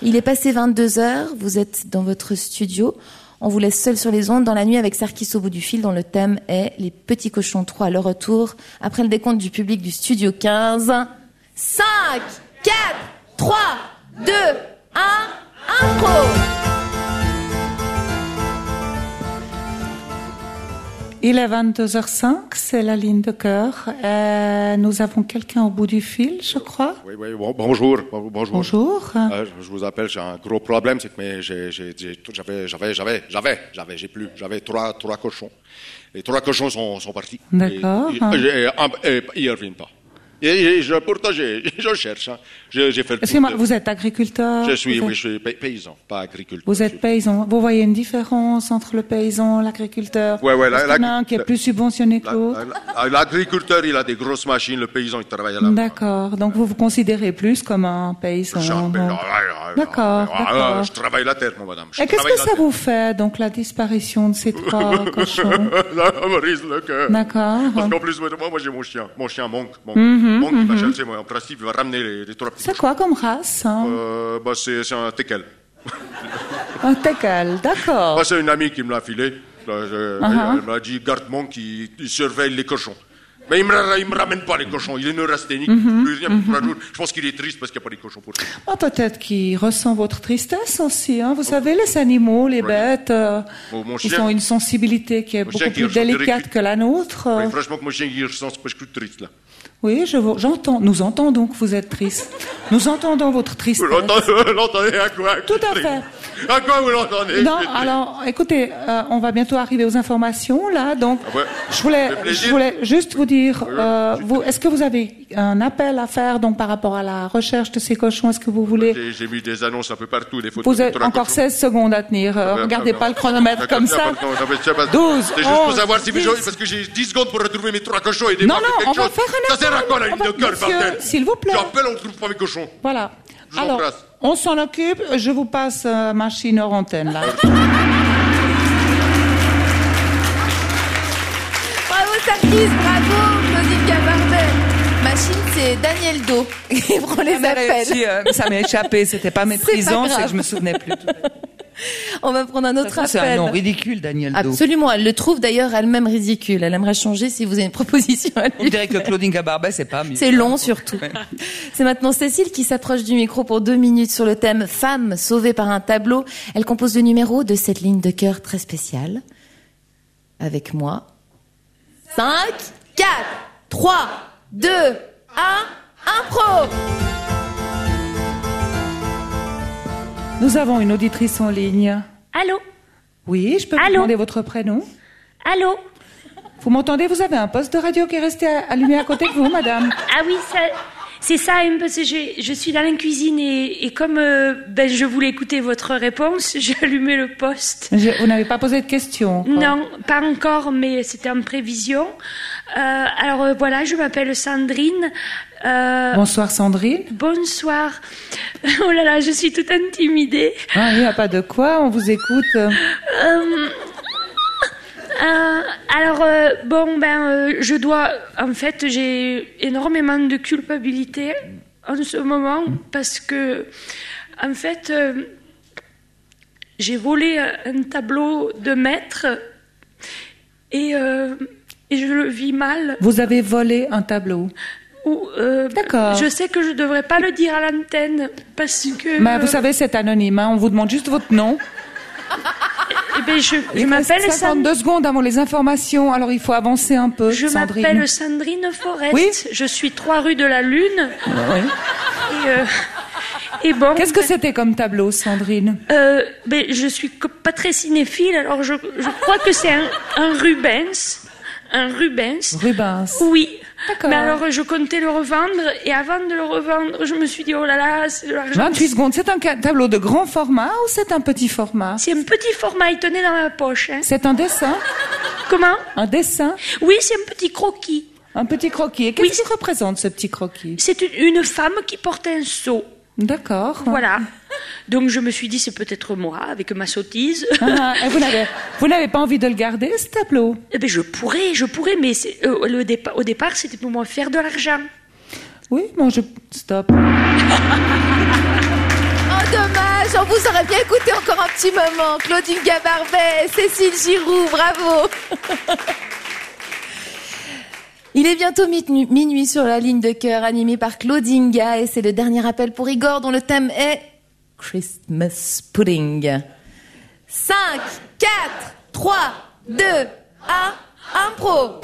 Speaker 2: Il est passé 22 heures, vous êtes dans votre studio. On vous laisse seul sur les ondes dans la nuit avec Sarkis au bout du fil dont le thème est Les Petits Cochons 3, le retour. Après le décompte du public du studio 15, 5, 4, 3, 2, 1, impro
Speaker 15: Il est 22h05, c'est la ligne de cœur. Euh, nous avons quelqu'un au bout du fil, je crois.
Speaker 14: Oui, oui, bon- bonjour. bon- bonjour.
Speaker 15: Bonjour.
Speaker 14: Euh, je- je vous appelle, j'ai un gros problème, c'est que mes- j'ai- j'ai- j'ai tout- j'avais, j'avais, j'avais, j'avais, j'avais, j'ai plus, j'avais trois, trois cochons. Les trois cochons sont, sont partis.
Speaker 15: D'accord.
Speaker 5: Hein.
Speaker 14: Et- et- et un- et- ils ne reviennent pas.
Speaker 22: Et je partageais, (laughs) je cherche. hein. Je- J'ai fait le
Speaker 5: Excusez-moi,
Speaker 22: tour de-
Speaker 5: vous êtes agriculteur
Speaker 22: Je suis,
Speaker 5: vous
Speaker 22: oui,
Speaker 5: êtes-
Speaker 22: je suis pay- paysan, pas agriculteur.
Speaker 5: Vous êtes paysan. Vous voyez une différence entre le paysan, l'agriculteur
Speaker 22: Ouais, ouais,
Speaker 5: Est-ce
Speaker 22: la-
Speaker 5: qu'il y en a
Speaker 22: la-
Speaker 5: un qui est
Speaker 22: la-
Speaker 5: plus subventionné que l'autre
Speaker 22: Ah, L'agriculteur, il a des grosses machines, le paysan, il travaille à la
Speaker 5: D'accord. Donc vous vous considérez plus comme un paysan.
Speaker 22: Ah, ah, ah,
Speaker 5: D'accord,
Speaker 22: ah, ah,
Speaker 5: d'accord.
Speaker 22: Je travaille la terre, moi, madame. Je
Speaker 5: Et qu'est-ce
Speaker 22: travaille
Speaker 5: que
Speaker 22: la
Speaker 5: ça vous fait, donc, la disparition de
Speaker 22: (laughs)
Speaker 5: ces trois cochons
Speaker 22: Là, (laughs) ça me brise le cœur.
Speaker 5: D'accord.
Speaker 22: Parce qu'en plus, moi, moi j'ai mon chien. Mon chien, Monk. Monk,
Speaker 5: Mhm,
Speaker 22: Monk, il va
Speaker 5: mhm.
Speaker 22: chercher, moi, en principe, il va ramener les, les trois petits.
Speaker 5: C'est quoi comme race hein
Speaker 22: Euh, bah, c'est c'est un teckel.
Speaker 5: Un teckel, d'accord.
Speaker 22: Bah, c'est une amie qui me l'a filé. Là, je-
Speaker 5: Oh. Ah,
Speaker 22: Elle m'a dit, garde Monk, il, il surveille les cochons. Mais il me, ra- il me ramène pas les cochons. Il est neurasthénique.
Speaker 5: Mhm,
Speaker 22: plus rien, plus
Speaker 5: mhm.
Speaker 22: trois jours. Je pense qu'il est triste parce qu'il n'y a pas les cochons pour lui.
Speaker 5: Ah, Peut-être qu'il ressent votre tristesse aussi. Hein. Vous savez, les animaux, les bêtes, euh,
Speaker 22: Oh. Mon- mon
Speaker 5: ils
Speaker 22: chien-
Speaker 5: ont une sensibilité qui est
Speaker 22: Mon
Speaker 5: beaucoup
Speaker 22: chien qui
Speaker 5: plus
Speaker 22: ressent des
Speaker 5: délicate
Speaker 22: récu-
Speaker 5: que la nôtre. euh.
Speaker 22: Mais franchement, que mon chien, il ressent, c'est parce que je suis triste, là.
Speaker 5: Oui, je vous- j'entends. Nous entendons que vous êtes triste. Nous entendons votre tristesse.
Speaker 22: Vous l'entendez- vous l'entendez
Speaker 14: hein,
Speaker 22: à quoi Tout à fait. À quoi vous l'entendez
Speaker 5: Non,
Speaker 22: Je suis
Speaker 5: alors, écoutez, euh, on va bientôt arriver aux informations, là. Donc,
Speaker 22: ouais.
Speaker 5: je, voulais,
Speaker 22: Ça fait plaisir.
Speaker 5: je voulais juste vous dire, euh, vous, est-ce que vous avez un appel à faire donc, par rapport à la recherche de ces cochons Est-ce que vous voulez...
Speaker 22: (laughs) J'ai- J'ai mis des annonces un peu partout, des photos.
Speaker 5: Vous
Speaker 22: de
Speaker 5: avez
Speaker 22: trois
Speaker 5: encore
Speaker 22: cochons.
Speaker 5: 16 secondes à tenir. euh,
Speaker 22: Ah ben,
Speaker 5: regardez
Speaker 22: ah ben,
Speaker 5: pas le
Speaker 22: ah,
Speaker 5: chronomètre comme ça.
Speaker 22: pardon, non, mais c'est pas-
Speaker 5: 12,
Speaker 22: C'est juste pour
Speaker 5: 11,
Speaker 22: savoir si vous
Speaker 5: 10.
Speaker 22: jouez, parce que j'ai 10 secondes pour retrouver mes trois cochons et des
Speaker 5: Non,
Speaker 22: marques
Speaker 5: non,
Speaker 22: quelque
Speaker 5: on va
Speaker 22: chose.
Speaker 5: faire un
Speaker 22: Ça sert à
Speaker 5: appel.
Speaker 22: quoi la ligne
Speaker 5: On va-
Speaker 22: de cœur,
Speaker 5: Monsieur,
Speaker 22: bordel
Speaker 5: s'il vous plaît.
Speaker 22: J'appelle, on ne trouve pas mes cochons.
Speaker 5: Voilà.
Speaker 22: Je vous
Speaker 5: Alors,
Speaker 22: embrasse.
Speaker 5: on s'en occupe. Je vous passe euh, machine hors antenne, là.
Speaker 2: Bravo Sarkis, bravo Claudine Gabardel. Machine, c'est Daniel Do (laughs) qui prend les
Speaker 5: Ça m'a réussi, euh,
Speaker 2: appels.
Speaker 5: ça m'est échappé. C'était
Speaker 2: (laughs)
Speaker 5: pas méprisant, c'est que je me souvenais plus.
Speaker 2: On va prendre un autre
Speaker 5: C'est un
Speaker 2: appel.
Speaker 5: nom ridicule, Daniel Do.
Speaker 2: Absolument, elle le trouve d'ailleurs elle-même ridicule. Elle aimerait changer si vous avez une proposition. à
Speaker 5: On
Speaker 2: lui
Speaker 5: dirait que
Speaker 2: faire.
Speaker 5: Claudine Gabarbet, c'est pas mieux.
Speaker 2: C'est long surtout. (laughs) C'est maintenant Cécile qui s'approche du micro pour deux minutes sur le thème Femme sauvée par un tableau. Elle compose le numéro de cette ligne de cœur très spéciale. Avec moi. 5, 4, 3, 2, 1, impro
Speaker 5: Nous avons une auditrice en ligne.
Speaker 23: Allô
Speaker 5: Oui, je peux vous
Speaker 23: Allô
Speaker 5: demander votre prénom
Speaker 23: Allô
Speaker 5: Vous m'entendez Vous avez un poste de radio qui est resté à- allumé à côté de vous, madame
Speaker 16: Ah oui, ça, c'est ça, un peu, c'est- je, je suis dans la cuisine et, et comme euh, ben, je voulais écouter votre réponse, (laughs) j'ai allumé le poste.
Speaker 5: Je- Vous n'avez pas posé de question encore.
Speaker 16: Non, pas encore, mais c'était en prévision. Euh, alors euh, voilà, je m'appelle Sandrine. Euh,
Speaker 5: Bonsoir, Sandrine.
Speaker 16: Bonsoir. (laughs) Oh là là, je suis toute intimidée.
Speaker 5: Ah, il n'y a pas de quoi, on vous écoute.
Speaker 16: Euh, euh, alors, euh, bon, ben, euh, je dois. En fait, j'ai énormément de culpabilité en ce moment
Speaker 5: Mmh.
Speaker 16: parce que, en fait, euh, j'ai volé un tableau de maître et, euh, et je le vis mal.
Speaker 5: Vous avez volé un tableau.
Speaker 16: Ou, euh,
Speaker 5: D'accord.
Speaker 16: Je sais que je devrais pas le dire à l'antenne parce que. euh,
Speaker 5: Mais Bah, vous savez, c'est anonyme, hein, on vous demande juste votre nom.
Speaker 16: Eh ben, je, je
Speaker 5: Il reste
Speaker 16: m'appelle
Speaker 5: 52 secondes avant les informations, alors il faut avancer un peu,
Speaker 16: Je
Speaker 5: Sandrine.
Speaker 16: m'appelle Sandrine Forest.
Speaker 5: Oui. Ah
Speaker 16: Je suis trois rue de la Lune. Et, euh, et bon.
Speaker 5: Qu'est-ce que c'était comme tableau, Sandrine
Speaker 16: euh, ben, je suis co- pas très cinéphile, alors je, je crois que c'est un, un Rubens. Un Rubens.
Speaker 5: Rubens.
Speaker 16: Oui.
Speaker 5: D'accord.
Speaker 16: Mais alors je comptais le revendre et avant de le revendre, je me suis dit oh là là, c'est de l'argent.
Speaker 5: 28 secondes, c'est un ca- tableau de grand format ou c'est un petit format
Speaker 16: C'est un petit format, il tenait dans ma poche. hein.
Speaker 5: C'est un dessin
Speaker 16: Comment
Speaker 5: Un dessin
Speaker 16: Oui, c'est un petit croquis.
Speaker 5: Un petit croquis. Et qu'est-ce qu'il représente ce petit croquis
Speaker 16: C'est une, une femme qui portait un seau.
Speaker 5: D'accord.
Speaker 16: Voilà. Donc je me suis dit c'est peut-être moi avec ma sottise.
Speaker 5: Ah, et vous n'avez- vous n'avez pas envie de le garder, ce tableau
Speaker 16: Eh ben, je pourrais, je pourrais, mais c'est- euh, le dépa- au départ, c'était pour moi faire de l'argent.
Speaker 5: Oui, bon, je... Stop.
Speaker 2: Oh dommage, on vous aurait bien écouté encore un petit moment. Claudine Gabarbet, Cécile Giroux, bravo. Il est bientôt mitnu- minuit sur la ligne de cœur animée par Claudine Ga et c'est le dernier appel pour Igor dont le thème est Christmas Pudding. 5, 4, 3, 2, 1, impro.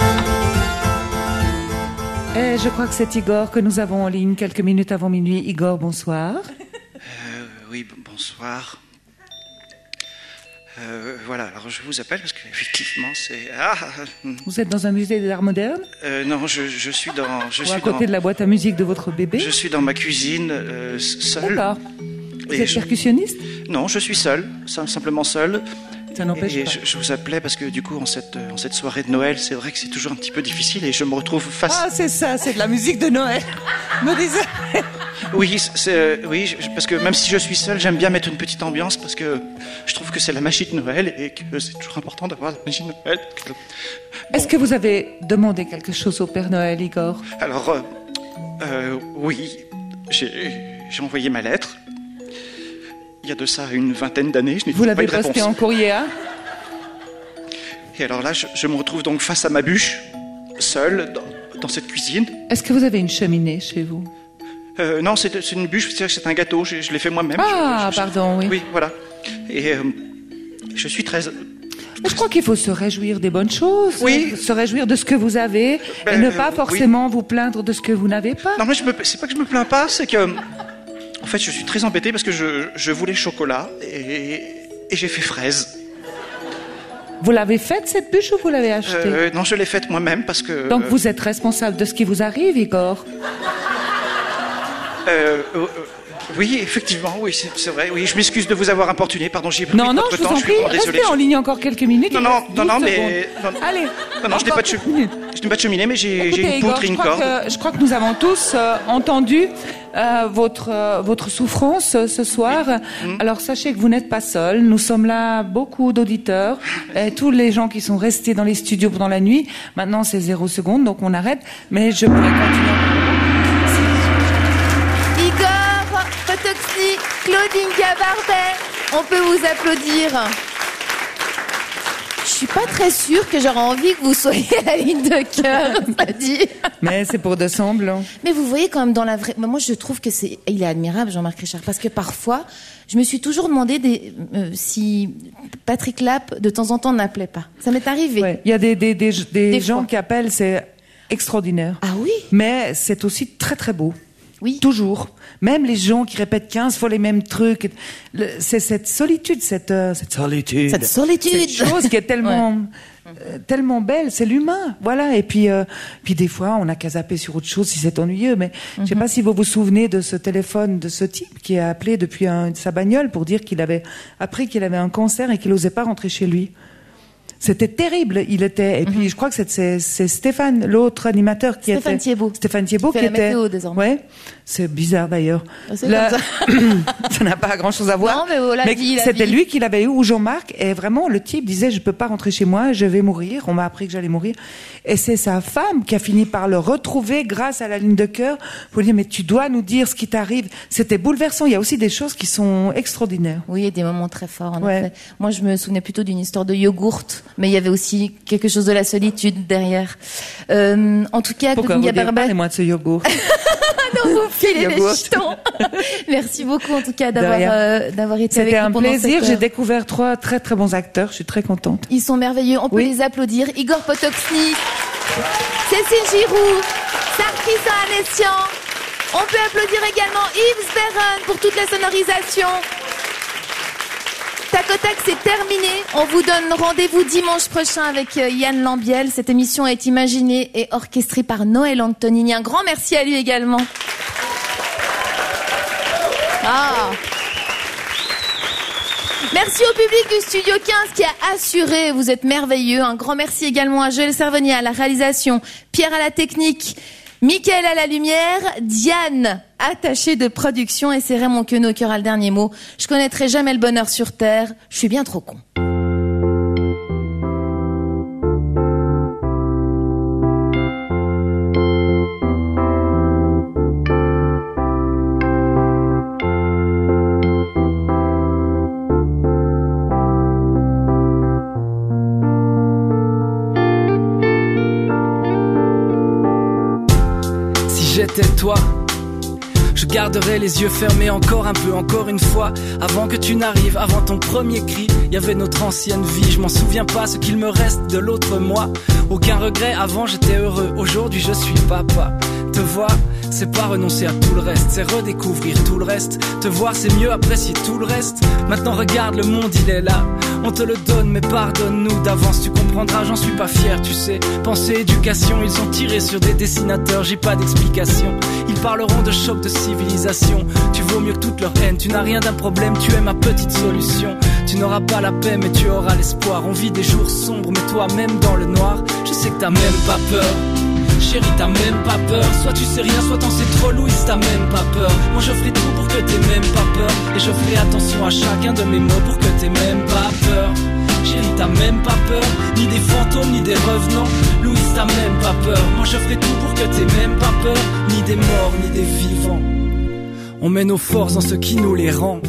Speaker 5: Eh, je crois que c'est Igor que nous avons en ligne quelques minutes avant minuit. Igor, bonsoir.
Speaker 9: Euh, oui, b- bonsoir. Euh, voilà, alors je vous appelle parce que effectivement c'est ah euh,
Speaker 5: Vous êtes dans un musée des arts modernes
Speaker 9: euh, non je, je suis dans je
Speaker 5: Ou
Speaker 9: suis
Speaker 5: à côté
Speaker 9: dans-
Speaker 5: de la boîte à musique de votre bébé
Speaker 9: je suis dans ma cuisine euh, s- seul.
Speaker 5: D'accord. Vous êtes
Speaker 9: je-
Speaker 5: percussionniste
Speaker 9: Non, je suis seul, sim- simplement seul.
Speaker 5: Ça n'empêche
Speaker 9: Et
Speaker 5: pas.
Speaker 9: je, je vous appelais parce que du coup en cette euh, en cette soirée de Noël c'est vrai que c'est toujours un petit peu difficile et je me retrouve face
Speaker 5: Ah, c'est ça, c'est de la musique de Noël. (laughs) Me disais.
Speaker 9: Oui, c'est, euh, oui, je- je- parce que même si je suis seul, j'aime bien mettre une petite ambiance parce que je trouve que c'est la magie de Noël et que euh, c'est toujours important d'avoir la magie de Noël.
Speaker 5: Est-ce que vous avez demandé quelque chose au Père Noël, Igor
Speaker 9: Alors, euh, euh, oui, j'ai j'ai envoyé ma lettre. Il y a de ça une vingtaine d'années, je n'ai
Speaker 5: Vous
Speaker 9: toujours pas
Speaker 5: l'avez
Speaker 9: eu de réponse.
Speaker 5: posté en courrier hein A
Speaker 9: Et alors là, je, je me retrouve donc face à ma bûche, seul, dans, dans cette cuisine.
Speaker 5: Est-ce que vous avez une cheminée chez vous
Speaker 9: Euh, non, c'est c'est une bûche, c'est-à-dire que c'est un gâteau, je, je l'ai fait moi-même.
Speaker 5: Ah, pardon, oui.
Speaker 9: Oui, voilà. Et euh, je suis très...
Speaker 5: Mais Je crois qu'il faut se réjouir des bonnes choses,
Speaker 9: Oui.
Speaker 5: se réjouir de ce que vous avez,
Speaker 9: Ben,
Speaker 5: et ne
Speaker 9: euh,
Speaker 5: pas
Speaker 9: oui.
Speaker 5: forcément vous plaindre de ce que vous n'avez pas.
Speaker 9: Non, mais je me... c'est pas que je me plains pas, c'est que. En fait, je suis très embêté parce que je, je voulais chocolat et, et j'ai fait fraise.
Speaker 5: Vous l'avez faite cette bûche ou vous l'avez achetée
Speaker 9: Euh, non, je l'ai faite moi-même parce que.
Speaker 5: Donc
Speaker 9: euh,
Speaker 5: vous êtes responsable de ce qui vous arrive, Igor.
Speaker 9: euh, euh, oui, effectivement, oui, c'est c'est vrai. Oui, je m'excuse de vous avoir importuné. Pardon, j'ai pris
Speaker 5: Non,
Speaker 9: tout
Speaker 5: non,
Speaker 9: votre
Speaker 5: je vous
Speaker 9: temps.
Speaker 5: en
Speaker 9: suis
Speaker 5: prie,
Speaker 9: vraiment désolé.
Speaker 5: restez en ligne encore quelques minutes.
Speaker 9: Non,
Speaker 5: il
Speaker 9: non,
Speaker 5: reste
Speaker 9: non,
Speaker 5: 12
Speaker 9: non, mais.
Speaker 5: secondes.
Speaker 9: non, non.
Speaker 5: Allez.
Speaker 9: Non, non, je n'ai pas de cheminée. Je n'ai pas de cheminée, mais j'ai
Speaker 5: Écoutez,
Speaker 9: j'ai une
Speaker 5: Igor,
Speaker 9: poutre et
Speaker 5: je
Speaker 9: une
Speaker 5: crois,
Speaker 9: corde.
Speaker 5: que, je crois que nous avons tous euh, entendu euh, votre, euh, votre souffrance euh, ce soir.
Speaker 9: Mm.
Speaker 5: Alors sachez que vous n'êtes pas seul. Nous sommes là, beaucoup
Speaker 9: (laughs)
Speaker 5: d'auditeurs, et tous les gens qui sont restés dans les studios pendant la nuit. Maintenant, c'est zéro seconde, donc on arrête. Mais je pourrais
Speaker 9: (laughs)
Speaker 2: Igor Potoxny, Claudine Gabardet, on peut vous applaudir. Je suis pas très sûre que j'aurais envie que vous soyez à la ligne de cœur, ça dit.
Speaker 5: Mais c'est pour de semblant.
Speaker 2: Mais vous voyez quand même dans la vraie. Moi, je trouve que c'est, il est admirable, Jean-Marc Richard, parce que parfois, je me suis toujours demandé des- euh, si Patrick Lapp de temps en temps n'appelait pas. Ça m'est arrivé.
Speaker 5: Il y a des, des, des, des
Speaker 2: Des
Speaker 5: gens
Speaker 2: fois.
Speaker 5: qui appellent, c'est extraordinaire.
Speaker 2: Ah oui
Speaker 5: Mais c'est aussi très très beau.
Speaker 2: Oui.
Speaker 5: Toujours. Même les gens qui répètent 15 fois les mêmes trucs. le- C'est cette solitude, cette, euh, cette solitude.
Speaker 2: Cette solitude.
Speaker 5: Cette chose qui est tellement, euh, tellement belle. C'est l'humain. Voilà. Et puis, euh, puis des fois, on a qu'à zapper sur autre chose si c'est ennuyeux. Mais je
Speaker 2: Mhm.
Speaker 5: sais pas si vous vous souvenez de ce téléphone de ce type qui a appelé depuis un- sa bagnole pour dire qu'il avait appris qu'il avait un cancer et qu'il n'osait pas rentrer chez lui. C'était terrible, il était. Et puis, je crois que c'est- c'est c'est Stéphane, l'autre animateur qui
Speaker 2: Mhm. Stéphane
Speaker 5: était. Thiébaut. Stéphane Thiébaut
Speaker 2: Qui
Speaker 5: qui
Speaker 2: fait la
Speaker 5: était.
Speaker 2: météo, désormais. Ah,
Speaker 5: Ouais. C'est bizarre d'ailleurs.
Speaker 2: C'est
Speaker 5: La-
Speaker 2: comme
Speaker 5: (coughs) ça n'a pas grand chose à voir.
Speaker 2: Non, mais voilà, la vie, la
Speaker 5: c'était
Speaker 2: vie.
Speaker 5: lui qui l'avait eu, ou Jean-Marc. Et vraiment, le type disait Je peux pas rentrer chez moi, je vais mourir. On m'a appris que j'allais mourir. Et c'est sa femme qui a fini par le retrouver grâce à la ligne de cœur pour lui dire Mais tu dois nous dire ce qui t'arrive. C'était bouleversant. Il y a aussi des choses qui sont extraordinaires.
Speaker 2: Oui, et des moments très forts, en
Speaker 5: Ouais.
Speaker 2: effet. Moi, je me souvenais plutôt d'une histoire de yogourt, mais il y avait aussi quelque chose de la solitude derrière. Euh, en tout cas,
Speaker 5: Pourquoi vous dire
Speaker 2: Claudine
Speaker 5: (laughs) Ah,
Speaker 2: Gabarbat-
Speaker 5: Parlez-moi de ce
Speaker 2: (laughs)
Speaker 5: yogourt.
Speaker 2: Non, vous me filez les
Speaker 5: Yogourt.
Speaker 2: jetons. (laughs) Merci beaucoup, en tout cas, d'avoir
Speaker 5: rien.
Speaker 2: euh, d'avoir été avec
Speaker 5: C'était
Speaker 2: nous
Speaker 5: un
Speaker 2: pendant cette
Speaker 5: plaisir.
Speaker 2: heure.
Speaker 5: J'ai découvert trois très très bons acteurs. Je suis très contente.
Speaker 2: Ils sont merveilleux. On peut les applaudir. Igor Potoxny, Cécile Giroud, Sarkis Anessian. On peut applaudir également Yves Sperren pour toute la sonorisation. Tac au tac, c'est terminé. On vous donne rendez-vous dimanche prochain avec euh, Yann Lambiel. Cette émission est imaginée et orchestrée par Noël Antonini. Un grand merci à lui également. Ah. Merci au public du Studio 15 qui a assuré, vous êtes merveilleux. Un grand merci également à Joël Servonier à la réalisation, Pierre à la technique, Mickaël à la lumière, Diane, attachée de production, et c'est Raymond Queneau qui aura le dernier mot. Je connaîtrai jamais le bonheur sur Terre, je suis bien trop con.
Speaker 21: Si j'étais toi, je garderais les yeux fermés encore un peu, encore une fois. Avant que tu n'arrives, avant ton premier cri, il y avait notre ancienne vie. Je m'en souviens pas ce qu'il me reste de l'autre moi. Aucun regret, avant j'étais heureux, aujourd'hui je suis papa. Te vois, c'est pas renoncer à tout le reste, c'est redécouvrir tout le reste. Te voir, c'est mieux apprécier tout le reste. Maintenant, regarde, le monde, il est là. On te le donne, mais pardonne-nous d'avance, tu comprendras, j'en suis pas fier, tu sais. Pensée, éducation, ils ont tiré sur des dessinateurs, j'ai pas d'explication. Ils parleront de choc de civilisation. Tu vaux mieux que toute leur haine, tu n'as rien d'un problème, tu es ma petite solution. Tu n'auras pas la paix, mais tu auras l'espoir. On vit des jours sombres, mais toi-même dans le noir, je sais que t'as même pas peur. Chérie, t'as même pas peur. Soit tu sais rien, soit t'en sais trop, Louis, t'as même pas peur. Moi, je ferai tout pour que t'aies même pas peur. Et je ferai attention à chacun de mes mots pour que t'aies même pas peur. Chérie, t'as même pas peur. Ni des fantômes, ni des revenants. Louis, t'as même pas peur. Moi, je ferai tout pour que t'aies même pas peur. Ni des morts, ni des vivants. On met nos forces dans ce qui nous les rend.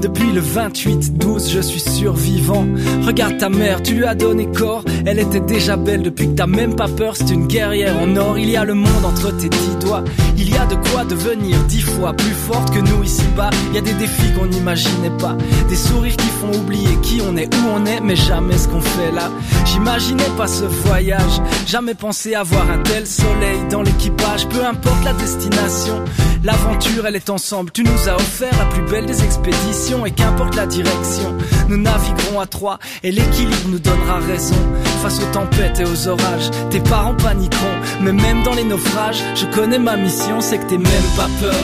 Speaker 21: Depuis le 28-12, je suis survivant. Regarde ta mère, tu lui as donné corps. Elle était déjà belle depuis que t'as même pas peur. C'est une guerrière en or. Il y a le monde entre tes dix doigts. Il y a de quoi devenir dix fois plus forte que nous ici-bas. Il y a des défis qu'on n'imaginait pas. Des sourires qui font oublier qui on est, où on est, mais jamais ce qu'on fait là. J'imaginais pas ce voyage. Jamais pensé avoir un tel soleil dans l'équipage. Peu importe la destination. L'aventure, elle est ensemble. Tu nous as offert la plus belle des expéditions et qu'importe la direction, nous naviguerons à trois et l'équilibre nous donnera raison. Face aux tempêtes et aux orages, tes parents paniqueront, mais même dans les naufrages, je connais ma mission, c'est que t'es même pas peur.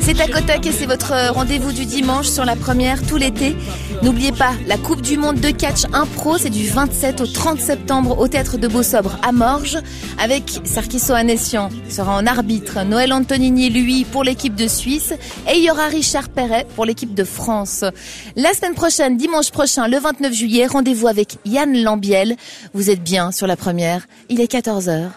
Speaker 2: C'est Tacotac et c'est votre rendez-vous du dimanche sur la première tout l'été. N'oubliez pas, la Coupe du Monde de catch impro, c'est du 27 au 30 septembre au Théâtre de Beau-Sobre à Morges, avec Sarkisso Anessian sera en arbitre, Noël Antonini, lui, pour l'équipe de Suisse, et il y aura Richard Perret pour l'équipe de France. La semaine prochaine, dimanche prochain, le 29 juillet, rendez-vous avec Yann Lambiel. Vous êtes bien sur la première, il est 14h.